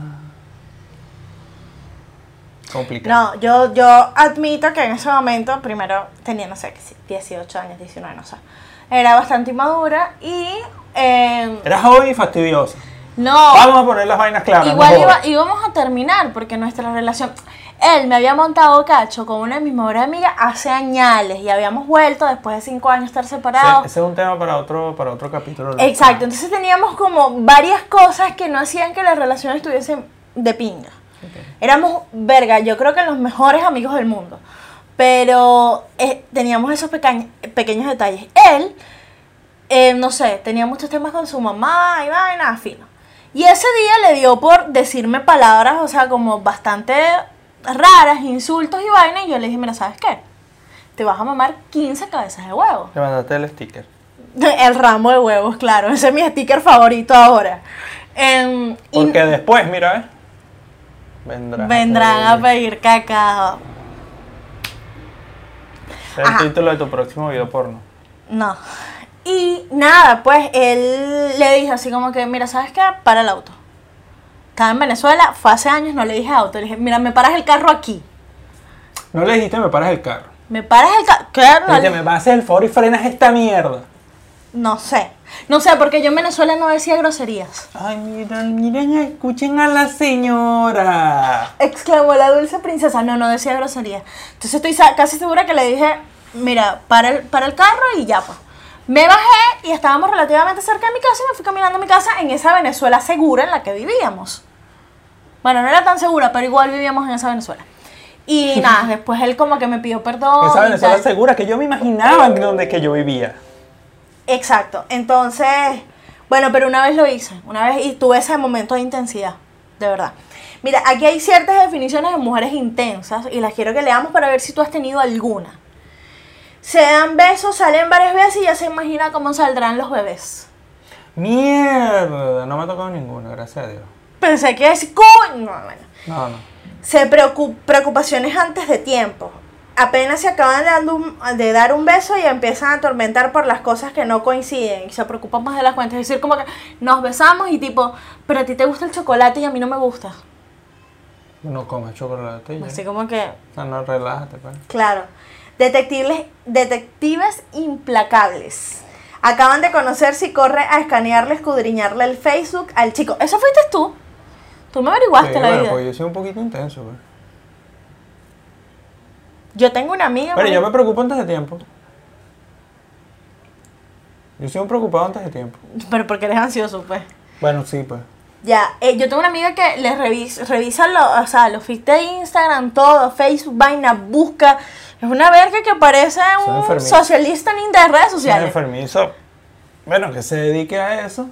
B: Complicado.
F: No, yo, yo admito que en ese momento, primero tenía, no sé, que sí, 18 años, 19, no sé. Era bastante inmadura y. eh,
B: Era joven y fastidiosa.
C: em, No.
B: Vamos a poner las vainas claras. Ah, no
C: Igual
B: jodas.
C: iba- íbamos a terminar porque nuestra relación. Él me había montado cacho con una de mis mejores amigas hace añales y habíamos vuelto después de cinco años estar
B: Ese,
C: separados.
B: ese es un tema para otro, para otro capítulo. ¿no?
C: Exacto, entonces teníamos como varias cosas que no hacían que la relación estuviese de pinga. Éramos, verga, yo creo que los mejores amigos del mundo. Pero eh, teníamos esos peca- pequeños detalles. Él, eh, no sé, tenía muchos temas con su mamá y vaina, fino. Y ese día le dio por decirme palabras, o sea, como bastante raras, insultos y vaina. Y yo le dije, mira, ¿sabes qué? Te vas a mamar 15 cabezas de huevo.
B: Le mandaste el sticker.
C: El ramo de huevos, claro. Ese es mi sticker favorito ahora. Em, y
B: Porque después, mira, ¿eh? Vendrá.
C: vendrán a pedir cacao.
B: el
C: Ajá.
B: título de tu próximo video porno.
C: No. Y nada, pues él le dijo así como que, mira, ¿sabes qué? Para el auto. Estaba en Venezuela, fue hace años, no le dije auto. Le dije, mira, me paras el carro aquí.
B: No le dijiste me paras el carro.
C: Me paras el carro. ¿Qué? No,
B: Le dijiste,
C: le-
B: me vas a hacer el favor y frenas esta mierda.
C: no sé. No sé, porque yo en Venezuela no decía groserías.
B: Ay, miren, miren, escuchen a la señora.
C: Exclamó la dulce princesa. No, no decía grosería. Entonces estoy sa- casi segura que le dije, mira, para el, para el carro y ya pues. Me bajé y estábamos relativamente cerca de mi casa y me fui caminando a mi casa en esa Venezuela segura en la que vivíamos. Bueno, no era tan segura, pero igual vivíamos en esa Venezuela. Y nada, después él como que me pidió perdón.
B: Esa
C: y
B: Venezuela
C: Oh, tal.
B: segura que yo me imaginaba en donde que yo vivía.
F: Exacto. Entonces, bueno, pero una vez lo hice, una vez y tuve ese momento de intensidad, de verdad.
C: Mira, aquí hay ciertas definiciones de mujeres intensas y las quiero que leamos para ver si tú has tenido alguna.
F: Se dan besos, salen varias veces y ya se imagina cómo saldrán los bebés.
B: Mierda, no me ha tocado ninguna, gracias a Dios.
F: Pensé que es coño. bueno.
B: No, no.
F: Se preocu- preocupaciones antes de tiempo. Apenas se acaban dando un- de dar un beso y empiezan a atormentar por las cosas que no coinciden.
C: y se preocupan más de las cuentas. Es decir, como que nos besamos y tipo, pero a ti te gusta el chocolate y a mí no me gusta.
B: No comas chocolate. ya.
C: Así como que,
B: No, no, relájate, pues.
F: Claro. Detectives, detectives implacables. Acaban de conocerse y corre a escanearle, escudriñarle el Facebook al chico.
C: eso fuiste tú. Tú me
B: Sí,
C: averiguaste la
B: bueno,
C: vida.
B: pues yo soy un poquito intenso, güey.
C: Yo tengo una amiga. pues,
B: Pero yo
C: marico.
B: me preocupo antes de tiempo. Yo soy un preocupado antes de tiempo.
C: Pero porque eres ansioso, pues.
B: Bueno, sí, pues.
C: Ya, eh, yo tengo una amiga que les revisa, revisa lo- o sea, los feeds de Instagram, todo, Facebook, vaina, busca. Es una verga que parece
B: Son
C: un
B: enfermizos.
C: socialista ni de redes
B: Es
C: sociales.
B: enfermizo. Bueno, que se dedique a eso.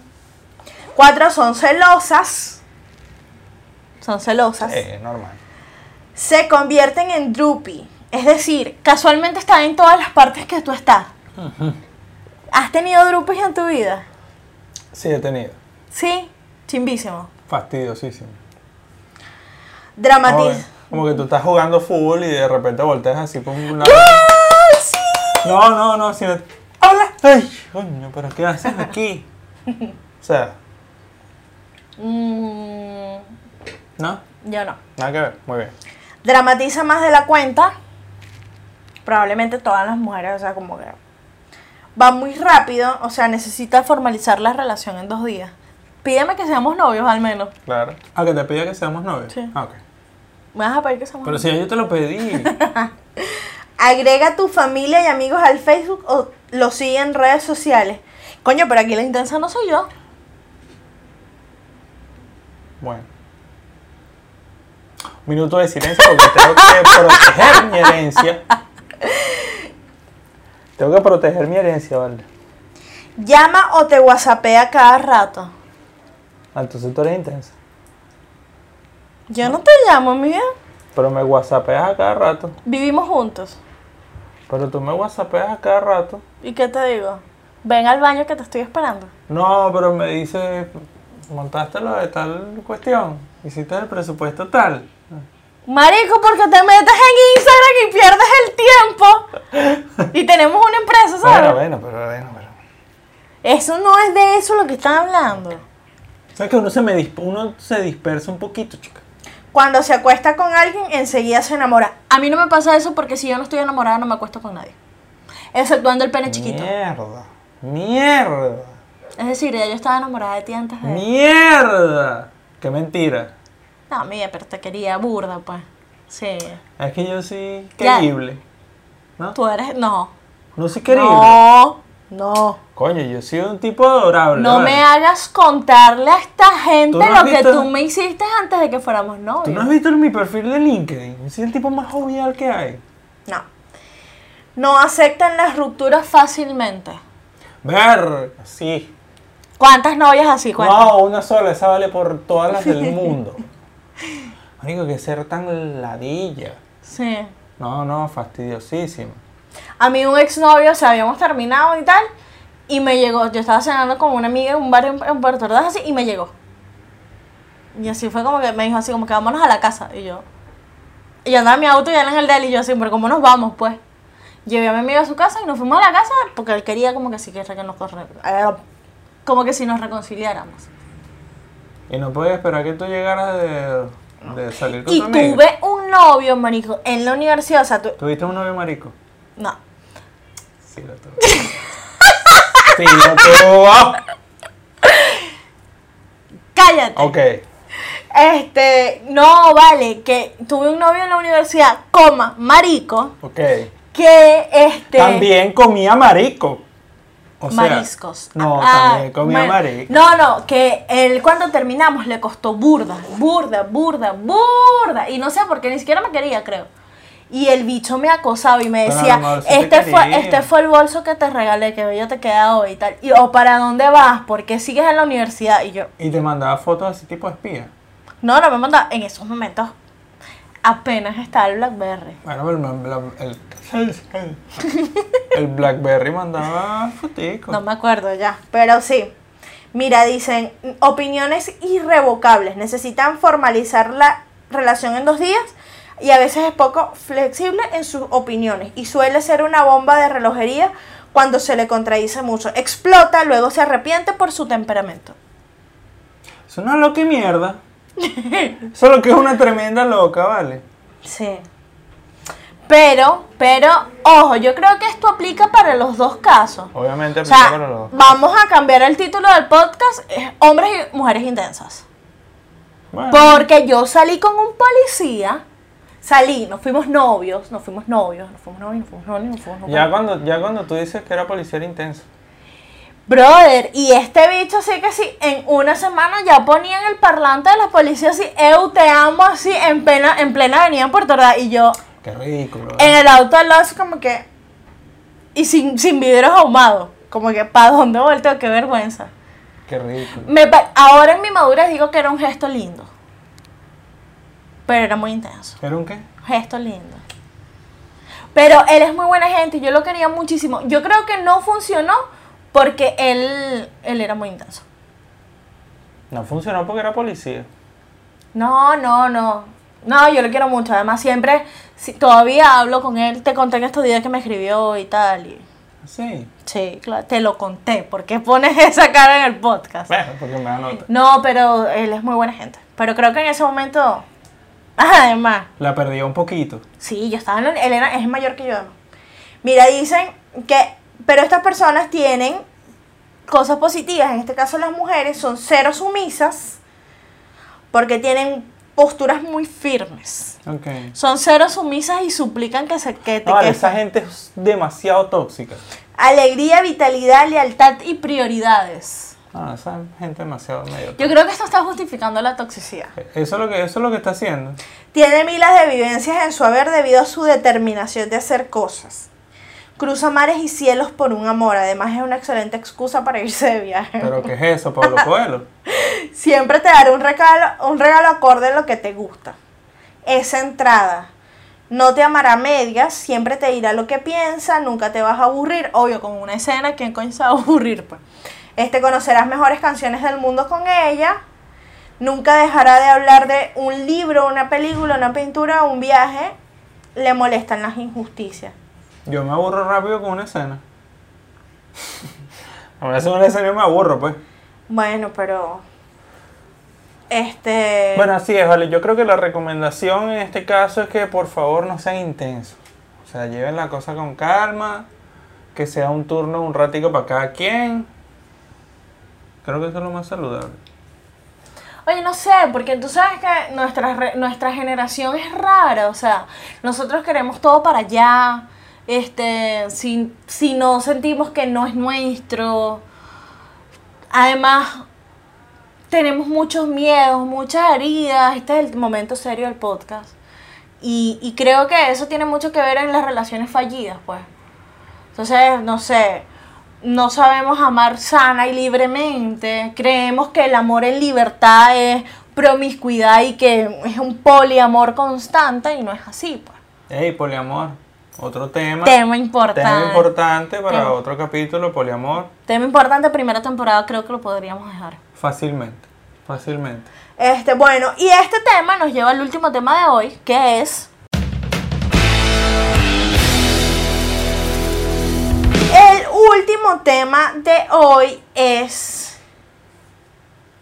C: Cuatro son celosas. Son celosas.
B: Eh, normal.
C: Se convierten en droopy. Es decir, casualmente están en todas las partes que tú estás. ¿Has tenido droopies en tu vida?
B: Sí, he tenido.
C: Sí, chimbísimo.
B: Fastidiosísimo. Como que,
C: Dramatiz.
B: como que tú estás jugando fútbol y de repente volteas así por un lado.
C: ¡Ah, sí!
B: No, no, no, sino. ¡Hola! ¡Ay! Coño, ¿pero qué haces aquí? O sea,
C: Mm,
B: ¿no?
C: yo no.
B: Nada que ver. Muy bien.
C: dramatiza más de la cuenta. Probablemente todas las mujeres, o sea, como que va muy rápido, o sea, necesita formalizar la relación en dos días. Pídeme que seamos novios al menos.
B: Claro. Ah, que te pida que seamos novios.
C: Sí.
B: Ah, ok.
C: Me vas a pedir que seamos
B: Pero
C: novios.
B: si ya yo te lo pedí.
C: Agrega tu familia y amigos al Facebook o lo sigue en redes sociales. Coño, pero aquí la intensa no soy yo.
B: Bueno. Un minuto de silencio porque tengo que proteger mi herencia. Tengo que proteger mi herencia, ¿vale?
C: Llama o te whatsappea cada rato.
B: Ah, Entonces tú eres intensa.
C: Yo no te llamo, mi vida.
B: Pero me whatsappeas a cada rato.
C: Vivimos juntos.
B: Pero tú me whatsappeas a cada rato.
C: ¿Y qué te digo? Ven al baño que te estoy esperando.
B: No, pero me dice, montaste lo de tal cuestión. Hiciste el presupuesto tal.
C: Marico, porque te metes en Instagram y pierdes el tiempo. Y tenemos una empresa, ¿sabes?
B: Bueno, bueno, pero bueno, pero.
C: Eso no es de eso lo que están hablando.
B: ¿Sabes que uno se, me disp- uno se dispersa un poquito, chica?
C: Cuando se acuesta con alguien, enseguida se enamora. A mí no me pasa eso porque si yo no estoy enamorada no me acuesto con nadie. Exceptuando el pene chiquito.
B: Mierda. Mierda.
C: Es decir, ya yo estaba enamorada de ti antes de...
B: Mierda. Qué mentira.
C: No, mía, pero te quería burda, pues. Sí.
B: Es que yo sí
C: Ya.
B: querible. ¿No?
C: Tú eres... No.
B: No soy querible.
C: No. No.
B: Coño, yo soy un tipo adorable.
C: No
B: vale.
C: me hagas contarle a esta gente
B: ¿Tú no has
C: lo que
B: visto-
C: tú me hiciste antes de que fuéramos novios.
B: ¿Tú no has visto mi perfil de LinkedIn? Soy el tipo más jovial que hay.
C: No. No aceptan las rupturas fácilmente.
B: Ver. Sí.
C: ¿Cuántas novias así? ¿Cuántas?
B: No, una sola, esa vale por todas las del mundo. Marico, que ser tan ladilla.
C: Sí.
B: No, no, fastidiosísimo.
C: A mí un exnovio, o sea, habíamos terminado y tal, y me llegó, yo estaba cenando con una amiga en un bar en, en Puerto Ordaz así, y me llegó. Y así fue como que me dijo así, como que vámonos a la casa. Y yo, y yo andaba en mi auto y él en el de él, y yo así, pero ¿cómo nos vamos, pues? Llevé a mi amiga a su casa y nos fuimos a la casa porque él quería como que sí que nos corre- como que si nos reconciliáramos.
B: Y no podía esperar que tú llegaras de, de salir con
C: Y
B: tu amiga.
C: tuve un novio, marico, en la universidad, o sea, tú...
B: ¿Tuviste un novio marico?
C: No.
B: Sí, lo tuve. sí, lo Ah, tuvo.
C: Cállate.
B: Ok.
C: Este, no, vale, que tuve un novio en la universidad, coma, marico,
B: Ok.
C: que este...
B: También comía marico. O sea,
C: mariscos.
B: No,
C: Ah,
B: también comía
C: ma-
B: marico.
C: No, no, que él cuando terminamos le costó burda, burda, burda, burda. Y no sé por qué, ni siquiera me quería, creo. Y el bicho me acosaba y me
B: Pero a lo
C: decía,
B: mejor sí te
C: este fue,
B: quería".
C: este fue el bolso que te regalé, que bello te queda hoy y tal. Y, o para dónde vas, porque sigues en la universidad. Y yo,
B: Y te mandaba fotos así tipo espía.
C: no, no me mandaba. En esos momentos apenas estaba el Blackberry.
B: Bueno, el, el, el, el Blackberry mandaba fotico.
C: No me acuerdo ya, pero sí. Mira, dicen opiniones irrevocables. Necesitan formalizar la relación en dos días y a veces es poco flexible en sus opiniones y suele ser una bomba de relojería cuando se le contradice mucho. Explota, luego se arrepiente por su temperamento.
B: Es una loca y mierda. Solo que es una tremenda loca, ¿vale?
C: Sí. Pero, pero, ojo, yo creo que esto aplica para los dos casos.
B: Obviamente,
C: O sea, vamos a cambiar el título del podcast, es Hombres y Mujeres Intensas.
B: Bueno,
C: Porque yo salí con un policía Salí, nos fuimos novios, nos fuimos novios, nos fuimos novios, nos fuimos novios, nos fuimos novios.
B: Ya cuando, ya cuando tú dices que era policía era intenso.
C: Brother, y este bicho sí que sí, en una semana ya ponía en el parlante de la policía así, eu te amo así, en, plena, en plena avenida en Puerto Ordaz, y yo
B: Qué ridículo. ¿eh?
C: en el auto al lado así como que, y sin, sin vidrios ahumados, como que, ¿para dónde volteo? Qué vergüenza.
B: Qué ridículo.
C: Me pa- ahora en mi madurez digo que era un gesto lindo, pero era muy intenso.
B: ¿Era un qué?
C: Gesto lindo. Pero él es muy buena gente, yo lo quería muchísimo. Yo creo que no funcionó porque él, él era muy intenso.
B: No funcionó porque era policía.
C: No, no, no. No, yo lo quiero mucho. Además, siempre, si, todavía hablo con él. Te conté en estos días que me escribió y tal. y-
B: Sí.
C: sí, claro, te lo conté. ¿Por qué pones esa cara en el podcast?
B: Bueno, Ah, porque me da nota.
C: No, pero él es muy buena gente. Pero creo que en ese momento, además,
B: La perdió un poquito.
C: Sí, yo estaba en la uni- Él era, es mayor que yo. Mira, dicen que. Pero estas personas tienen cosas positivas. En este caso, las mujeres son cero sumisas porque tienen posturas muy firmes.
B: Ok.
C: Son cero sumisas y suplican que se que te
B: Ahora,
C: que-
B: Ah, esa gente es demasiado tóxica.
C: Alegría, vitalidad, lealtad y prioridades.
B: Ah, esa gente demasiado medio.
C: Yo creo que esto está justificando la toxicidad.
B: tóxica. Eso es lo que, eso es lo que está haciendo.
G: Tiene miles de vivencias en su haber debido a su determinación de hacer cosas. Cruza mares y cielos por un amor. Además es una excelente excusa para irse de viaje.
B: Pero ¿qué es eso, Pablo Coelho?
G: Siempre te dará un regalo, un regalo acorde a lo que te gusta. Es centrada. No te amará a medias, siempre te dirá lo que piensa, nunca te vas a aburrir. Obvio, con una escena, ¿quién coño se va a aburrir? Pues? Este, conocerás mejores canciones del mundo con ella. Nunca dejará de hablar de un libro, una película, una pintura, un viaje. Le molestan las injusticias.
B: Yo me aburro rápido con una escena. A veces una escena yo me aburro, pues.
G: Bueno, pero... Este...
B: Bueno, así es, vale. Yo creo que la recomendación en este caso es que por favor no sean intensos. O sea, lleven la cosa con calma, que sea un turno un ratico para cada quien. Creo que eso es lo más saludable.
C: Oye, no sé, porque tú sabes que nuestra, re- nuestra generación es rara, o sea, nosotros queremos todo para allá, este, si, si no sentimos que no es nuestro, además tenemos muchos miedos, muchas heridas, este es el momento serio del podcast, y, y creo que eso tiene mucho que ver en las relaciones fallidas, pues. Entonces, no sé, no sabemos amar sana y libremente. Creemos que el amor en libertad es promiscuidad y que es un poliamor constante y no es así. Pues.
B: Ey, poliamor. Otro tema.
C: Tema importante.
B: Tema importante para
C: Tema.
B: otro capítulo, poliamor.
C: Tema importante, primera temporada creo que lo podríamos dejar.
B: Fácilmente. Fácilmente.
G: Este, bueno,
C: Y este tema nos lleva al último tema de hoy, que es...
G: el último tema de hoy es...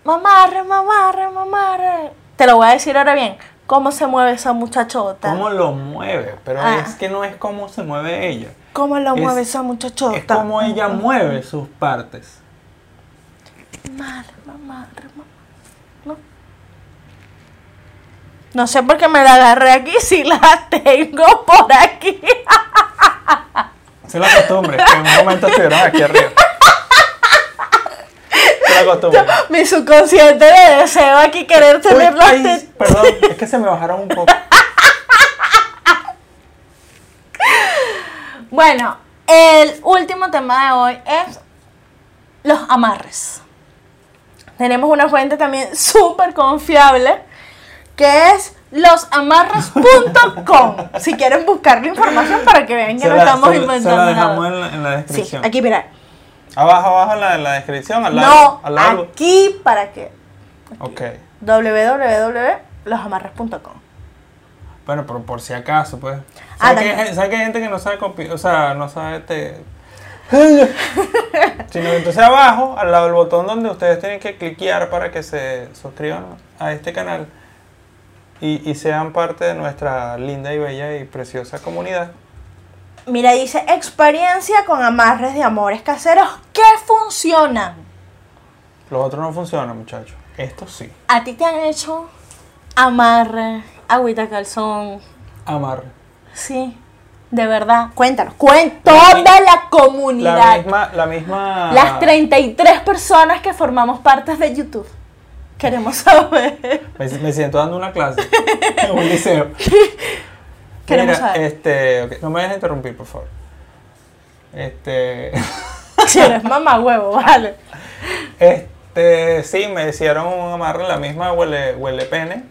C: Mamarre, mamarre, mamarre. Te lo voy a decir ahora bien. ¿Cómo se mueve esa muchachota?
B: ¿Cómo lo mueve? Pero
C: Ah.
B: es que no es cómo se mueve ella.
G: ¿Cómo lo
B: Es-
G: mueve esa muchachota?
B: Es cómo ella mueve sus partes.
C: Mamarre, mamarre, mamarre. No. No sé por qué me la agarré aquí si la tengo por aquí.
B: Se la costumbre, que en un momento estuvieron aquí arriba. Se la costumbre.
C: Mi subconsciente le deseo aquí querer
B: Uy,
C: tener las
B: ay,
C: tetas.
B: perdón, es que se me bajaron un poco.
C: Bueno, el último tema de hoy es los amarres. Tenemos una fuente también súper confiable que es losamarres.com. si quieren buscar la información para que vean que
B: Se
C: no
B: la-
C: estamos
B: se la-
C: inventando
B: Se la
C: nada.
B: dejamos en la, en la
C: Sí,
B: descripción.
C: aquí mira.
B: Abajo, abajo en la, en la descripción, al lado.
C: No, ah.
B: al lado.
C: aquí para que
B: Ok.
C: www.losamarres.com.
B: Bueno, pero por si acaso, pues.
C: Ah,
B: ¿Sabes que,
C: también.
B: hay- ¿sabes que hay gente que no sabe copiar? O sea, no sabe este. Sino que entonces abajo, al lado del botón donde ustedes tienen que cliquear para que se suscriban a este canal y, y sean parte de nuestra linda y bella y preciosa comunidad.
G: Mira, dice experiencia con amarres de amores caseros.
C: ¿Qué funciona?
B: Los otros no funcionan, muchachos. Estos sí.
C: ¿A ti te han hecho amarre, agüita calzón,
B: amar.
C: Sí, de verdad. Cuéntanos, cuen toda la
B: La
C: comunidad,
B: misma, la misma.
C: las 33 personas que formamos partes de YouTube. Queremos saber.
B: Me, me siento dando una clase en un liceo.
C: Queremos
B: Mira,
C: saber.
B: este, ok, no me dejes interrumpir, por favor. Este,
C: Si eres mamá huevo, vale.
B: este, sí, me hicieron un amarre en la misma huele, huele pene.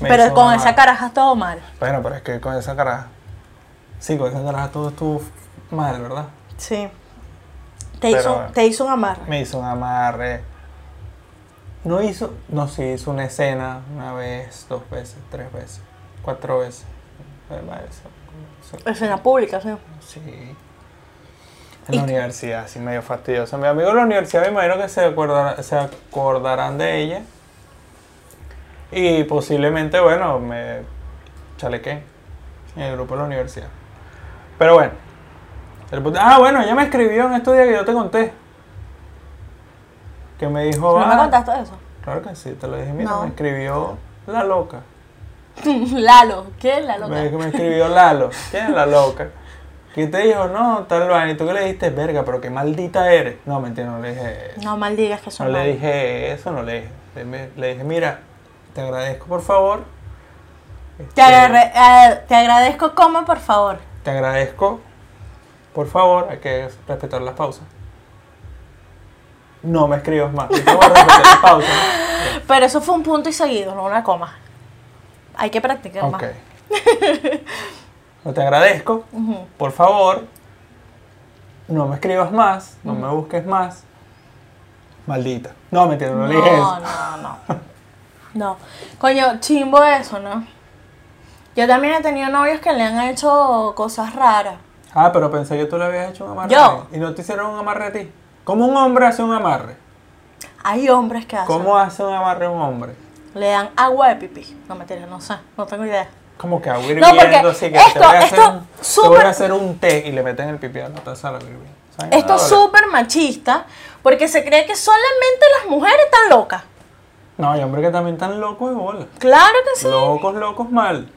B: Me hizo
C: Pero
B: un
C: con
B: amarre.
C: esa caraja todo mal.
B: Bueno, pero es que con esa cara. Sí, con esa cara todo estuvo mal, ¿verdad?
H: Sí.
C: Te,
B: Pero
C: hizo,
B: bueno.
C: te hizo un amarre.
B: Me hizo un amarre. No hizo. No, sí, hizo una escena una vez, dos veces, tres veces, cuatro veces. Fue más de eso. Sí.
C: Escena pública, sí.
B: Sí. En la universidad, sí, medio fastidioso. Mi amigo de la universidad, me imagino que se, acordará- se acordarán de ella. Y posiblemente, bueno, me chalequé en el grupo de la universidad. Pero bueno. el punto- ah, bueno, ella me escribió en estos días que yo te conté. Que me dijo.
C: ¿No me
B: ah,
C: contaste eso?
B: Claro que sí, te lo dije. Mira,
C: No.
B: me escribió la loca.
C: Lalo, ¿qué es la loca?
B: Me, me escribió Lalo. ¿Quién es la loca? Que te dijo, no, tal vaina. Y tú que le dijiste, verga, pero qué maldita eres. No, mentira, no le dije eso.
C: No maldigas que
B: No,
C: son
B: le
C: mal.
B: dije eso, no le dije. Le, me- le dije, mira, te agradezco, por favor. Este,
C: Te, agarre- eh, te agradezco, coma, por favor.
B: Te agradezco, por favor, hay que respetar las pausas. No me escribas más. Yo te voy a respetar las pausas.
C: Pero eso fue un punto y seguido, no una coma. Hay que practicar
B: Ok.
C: más.
B: No te agradezco,
C: Ujú.
B: por favor, no me escribas más, no
C: Mm.
B: me busques más. Maldita. No, mentira, no, le dije
C: No,
B: eso.
C: no, no. No. Coño, chimbo eso, ¿no? Yo también he tenido novios que le han hecho cosas raras.
B: Ah, pero pensé que tú le habías hecho un amarre.
C: Yo.
B: a alguien. Y no te hicieron un amarre a ti. ¿Cómo un hombre hace un amarre?
C: Hay hombres que hacen.
B: ¿Cómo hace un amarre a un hombre?
C: Le dan agua de pipí. No me no sé, no tengo idea.
B: Como que agua
C: No, porque
B: hirviendo, así que
C: esto-
B: te voy a hacer
C: esto
B: un, te
C: súper-
B: voy a hacer un té y le meten el pipi a la taza de la agua hirviendo. ¿Saben?
C: Esto
B: Ah,
C: es
B: vale.
C: súper machista porque se cree que solamente las mujeres están locas.
B: No, hay hombres que también están locos de bola.
C: Claro que sí.
B: Locos, locos mal.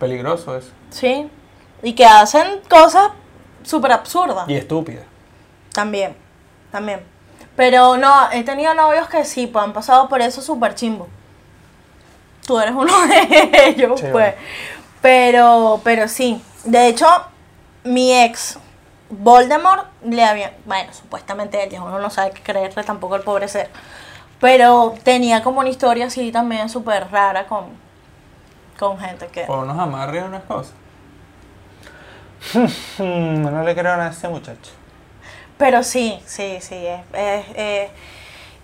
B: Peligroso eso.
C: Sí. Y que hacen cosas súper absurdas.
B: Y estúpida.
C: También, también. Pero no, he tenido novios que sí, pues han pasado por eso súper chimbo. Tú eres uno de ellos,
B: Sí,
C: pues.
B: bueno.
C: Pero, pero sí. De hecho, mi ex, Voldemort, le había. Bueno, supuestamente él, ya uno no sabe qué creerle tampoco al pobre ser. Pero tenía como una historia así también súper rara con, con gente que.
B: Por unos amarres unas cosas. no le creo nada a ese muchacho.
C: Pero sí, sí, sí, es, es, es-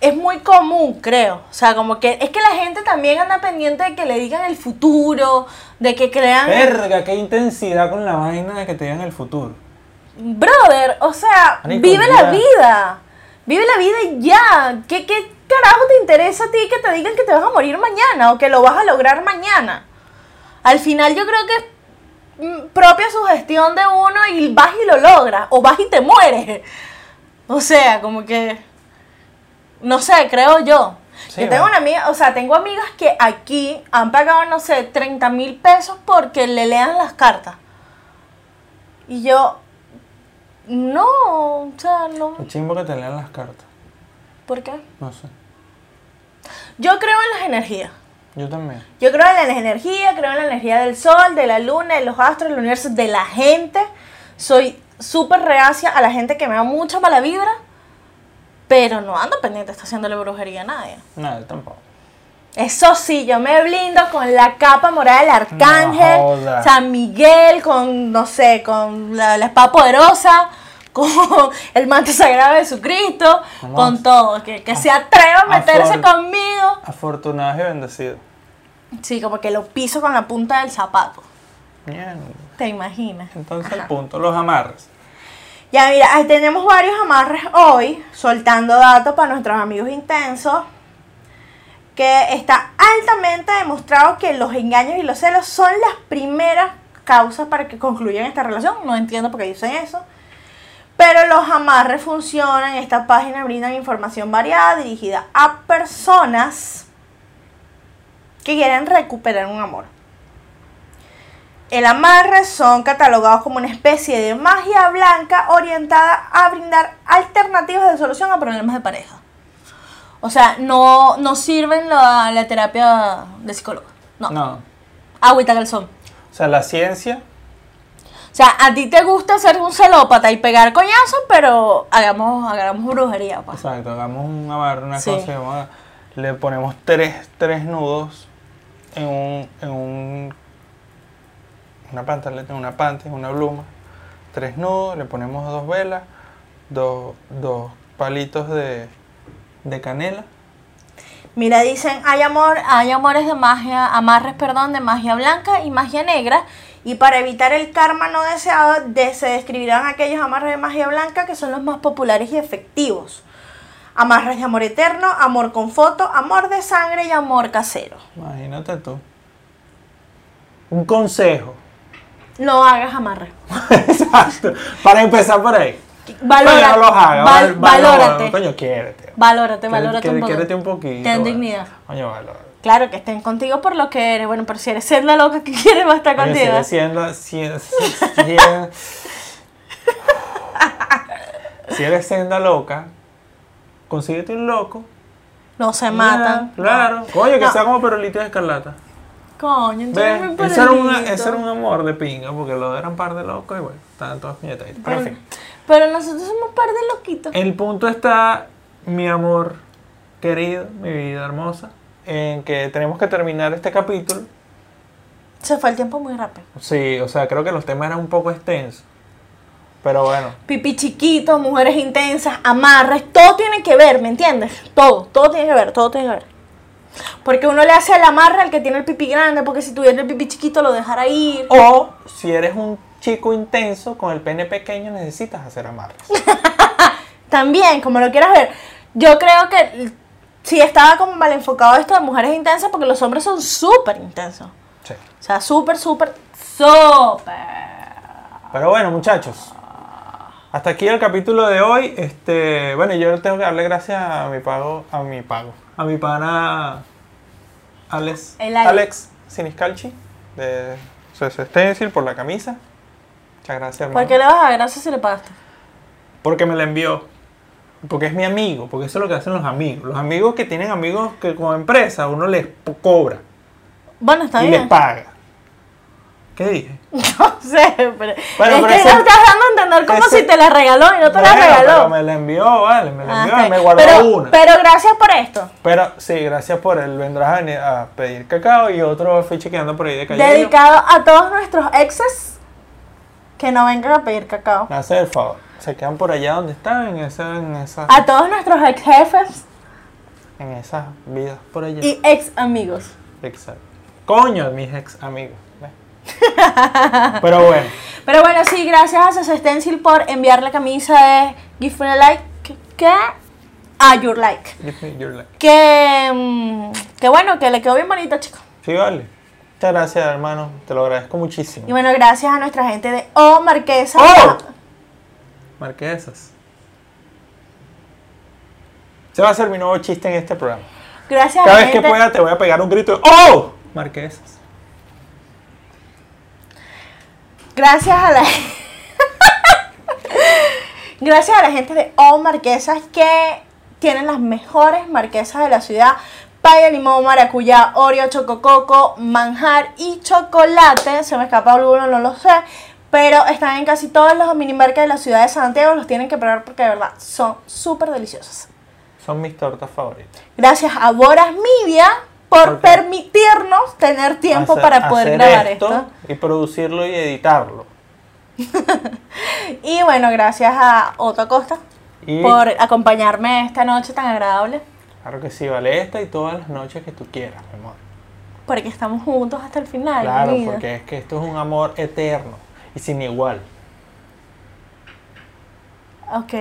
C: es muy común, creo. O sea, como que es que la gente también anda pendiente de que le digan el futuro, de que crean...
B: Verga, qué intensidad con la vaina de que te digan el futuro.
C: Brother, o sea,
B: Marico,
C: vive la
B: mira.
C: vida. Vive la vida y ya. ¿Qué, ¿Qué carajo te interesa a ti que te digan que te vas a morir mañana o que lo vas a lograr mañana? Al final yo creo que es mm, propia sugestión de uno y vas y lo logras o vas y te mueres. O sea, como que... No sé, creo yo.
B: Sí,
C: yo tengo una
B: bueno.
C: amiga, o sea, tengo amigas que aquí han pagado, no sé, 30 mil pesos porque le lean las cartas. Y yo, no, o sea, no.
B: Un chimbo que te lean las cartas.
C: ¿Por qué?
B: No sé.
C: Yo creo en las energías.
B: Yo también.
C: Yo creo en las energías, creo en la energía del sol, de la luna, de los astros, del universo, de la gente. Soy súper reacia a la gente que me da mucha mala vibra, pero no ando pendiente, está haciéndole brujería a nadie.
B: Nada, yo tampoco.
C: Eso sí, yo me blindo con la capa morada del arcángel,
B: No joda.
C: San Miguel, con, no sé, con la, la espada poderosa, con el manto sagrado de Jesucristo,
B: Vamos.
C: con todo. Que, que se atreva a
B: A
C: meterse
B: favor.
C: conmigo.
B: Afortunados y bendecidos.
C: Sí, como que lo piso con la punta del zapato.
B: Bien.
C: ¿Te imaginas?
B: Entonces el punto, los amarres.
C: Ya mira, ahí tenemos varios amarres hoy, soltando datos para nuestros amigos intensos, que está altamente demostrado que los engaños y los celos son las primeras causas para que concluyan esta relación. No entiendo por qué dicen eso. Pero los amarres funcionan, esta página brindan información variada dirigida a personas que quieren recuperar un amor. El amarre son catalogados como una especie de magia blanca orientada a brindar alternativas de solución a problemas de pareja.
A: O sea, no, no sirven la, la terapia de psicólogo. No.
B: No.
A: Agüita calzón.
B: O sea, la ciencia.
A: O sea, a ti te gusta ser un celópata y pegar coñazos, pero hagamos, hagamos brujería, pa.
B: Exacto, hagamos un amarre, una
A: Sí.
B: cosa y vamos a- le ponemos tres, tres nudos en un, en un una pantaleta, en una panty, en una pluma. Tres nudos, le ponemos dos velas, dos, dos palitos de, de canela.
C: Mira, dicen, hay amor,
A: Hay amores de magia, amarres, perdón, de magia blanca y magia negra.
C: y para evitar el karma no deseado, de- se describirán aquellos amarres de magia blanca que son los más populares y efectivos. Amarres de amor eterno, amor con foto, amor de sangre y amor casero.
B: Imagínate tú. Un consejo.
A: No hagas amarres.
B: Exacto. Para empezar por ahí.
A: Valora-
B: Coño, no los hagas.
A: val-
B: val- valora,
A: valórate.
B: Coño, quiérete.
A: Valórate,
B: Quiere-
A: valórate
B: quiere-
A: un poco.
B: quiérete un poquito.
A: Ten
B: vale.
A: dignidad.
B: Coño, valora.
A: Claro, que estén contigo por lo que eres. Bueno, pero si eres ser la loca que quieres, va a estar
B: Coño,
A: contigo.
B: sigue siendo. si- si- si eres- Si eres senda loca, consíguete un loco.
C: No se
B: Ya,
C: matan.
B: Claro. Coño, que
C: No.
B: sea como perolito de escarlata.
A: Coño, entonces
B: ¿Ves?
A: me
B: Ese era, una-
A: perdido.
B: ese era un amor de pinga, porque lo eran par de locos y bueno, estaban todas puñetaditas. Pero en fin. Eh.
A: Pero nosotros somos un par de loquitos.
B: El punto está, mi amor querido, mi vida hermosa, en que tenemos que terminar este capítulo.
C: Se fue el tiempo muy rápido.
B: Sí, o sea, creo que los temas eran un poco extensos. Pero bueno,
C: Pipi chiquito, mujeres intensas, amarres, todo tiene que ver, ¿me entiendes? Todo, todo tiene que ver, todo tiene que ver. Porque uno le hace el amarre al que tiene el pipi grande, porque si tuviera el pipi chiquito lo dejara ir.
B: o si eres un chico intenso con el pene pequeño necesitas hacer amarras.
C: También, como lo quieras ver. Yo creo que sí estaba como mal enfocado esto de mujeres intensas, porque los hombres son súper intensos.
B: Sí.
C: O sea, súper, súper.
A: Súper.
B: Pero bueno, muchachos. Hasta aquí el capítulo de hoy. Este, bueno, yo tengo que darle gracias a mi pago, a mi pago, a mi pana Alex,
A: El Alex.
B: Alex Siniscalchi de CC Stencil por la camisa. Muchas gracias, hermano.
A: ¿Por qué le vas a dar gracias si le pagaste?
B: Porque me la envió. Porque es mi amigo, porque eso es lo que hacen los amigos. Los amigos que tienen amigos que como empresa uno les po- cobra
A: Bueno, está
B: y les
A: bien.
B: paga. ¿Qué dije?
A: No sé, pero.
B: Bueno,
A: es
B: pero
A: que
B: ese-
A: no estás dando a entender como
B: ese-
A: si te la regaló y no te la
B: Bueno,
A: regaló.
B: pero me la envió, vale, me la
A: Ah,
B: envió,
A: está
B: me
A: bien.
B: guardó
A: pero,
B: una.
A: pero gracias por esto.
B: Pero sí, gracias por él. Vendrás a, ni- a pedir cacao y otro fui chequeando por ahí de calle.
C: Dedicado a todos nuestros exes que no vengan a pedir cacao.
B: Me hace el favor. Se quedan por allá donde están, en, esa, en, esa,
A: Ah.
C: A todos nuestros ex jefes
B: en esas vidas por allá.
C: y ex amigos.
B: Exacto. Coño, mis ex amigos. ¿ves? Pero bueno,
C: Pero bueno, sí, gracias a Sasa Stencil por enviar la camisa de Give Me a Like. ¿Qué? A Your Like.
B: give me your like.
C: Que, mm, que bueno, que le quedó bien bonita, chicos.
B: Sí, vale. Muchas gracias, hermano. Te lo agradezco
C: Y
B: muchísimo.
C: bueno, gracias a nuestra gente de O Marquesa.
B: ¡Oh! Marqué esas. Se va a hacer mi nuevo chiste en este programa.
C: Gracias a
B: Cada
C: la
B: vez que
C: gente-
B: pueda te voy a pegar un grito. ¡Oh! Marqué esas.
C: Gracias a la Gracias a la gente de O Marquesas que tienen las mejores marquesas de la ciudad. Paya, limón, maracuyá, oreo, chocococo, manjar y chocolate. Se me escapa alguno, no lo sé. Pero están en casi todos los minimercas de la ciudad de Santiago. Los tienen que probar porque de verdad son súper deliciosas.
B: Son mis tortas favoritas.
C: Gracias a Boras Media por
B: Ok.
C: permitirnos tener tiempo
B: Hacer-
C: para poder
B: hacer
C: grabar esto.
B: Y producirlo y editarlo.
C: Y bueno, gracias a Otto Acosta
B: Y
C: por acompañarme esta noche tan agradable,
B: claro que sí, vale esta y todas las noches que tú quieras, mi amor.
C: porque estamos juntos hasta el final.
B: Claro,
C: mi vida.
B: porque es que esto es un amor eterno y sin igual.
C: Ok.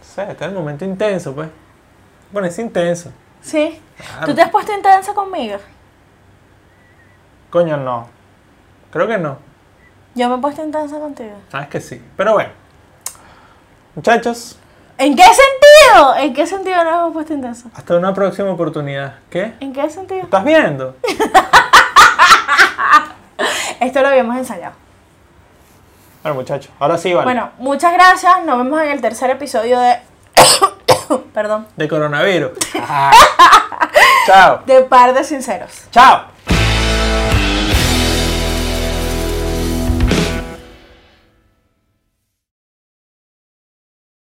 B: O sea, este es el momento intenso, pues. Bueno, es intenso.
C: ¿Sí?
B: Claro.
C: ¿Tú te has puesto intensa conmigo?
B: Coño, no. Creo que no.
C: Yo me he puesto intensa contigo.
B: Sabes que sí. Pero bueno. Muchachos,
C: ¿En qué sentido? ¿En qué sentido nos hemos puesto intensa?
B: hasta una próxima oportunidad. ¿Qué?
C: ¿En qué sentido?
B: ¿Estás viendo?
C: Esto lo habíamos ensayado.
B: Bueno, muchachos, ahora sí, vale.
C: Bueno, muchas gracias. Nos vemos en el tercer episodio de. Perdón.
B: De coronavirus. Ajá. Chao.
C: De Par de Sinceros.
B: Chao.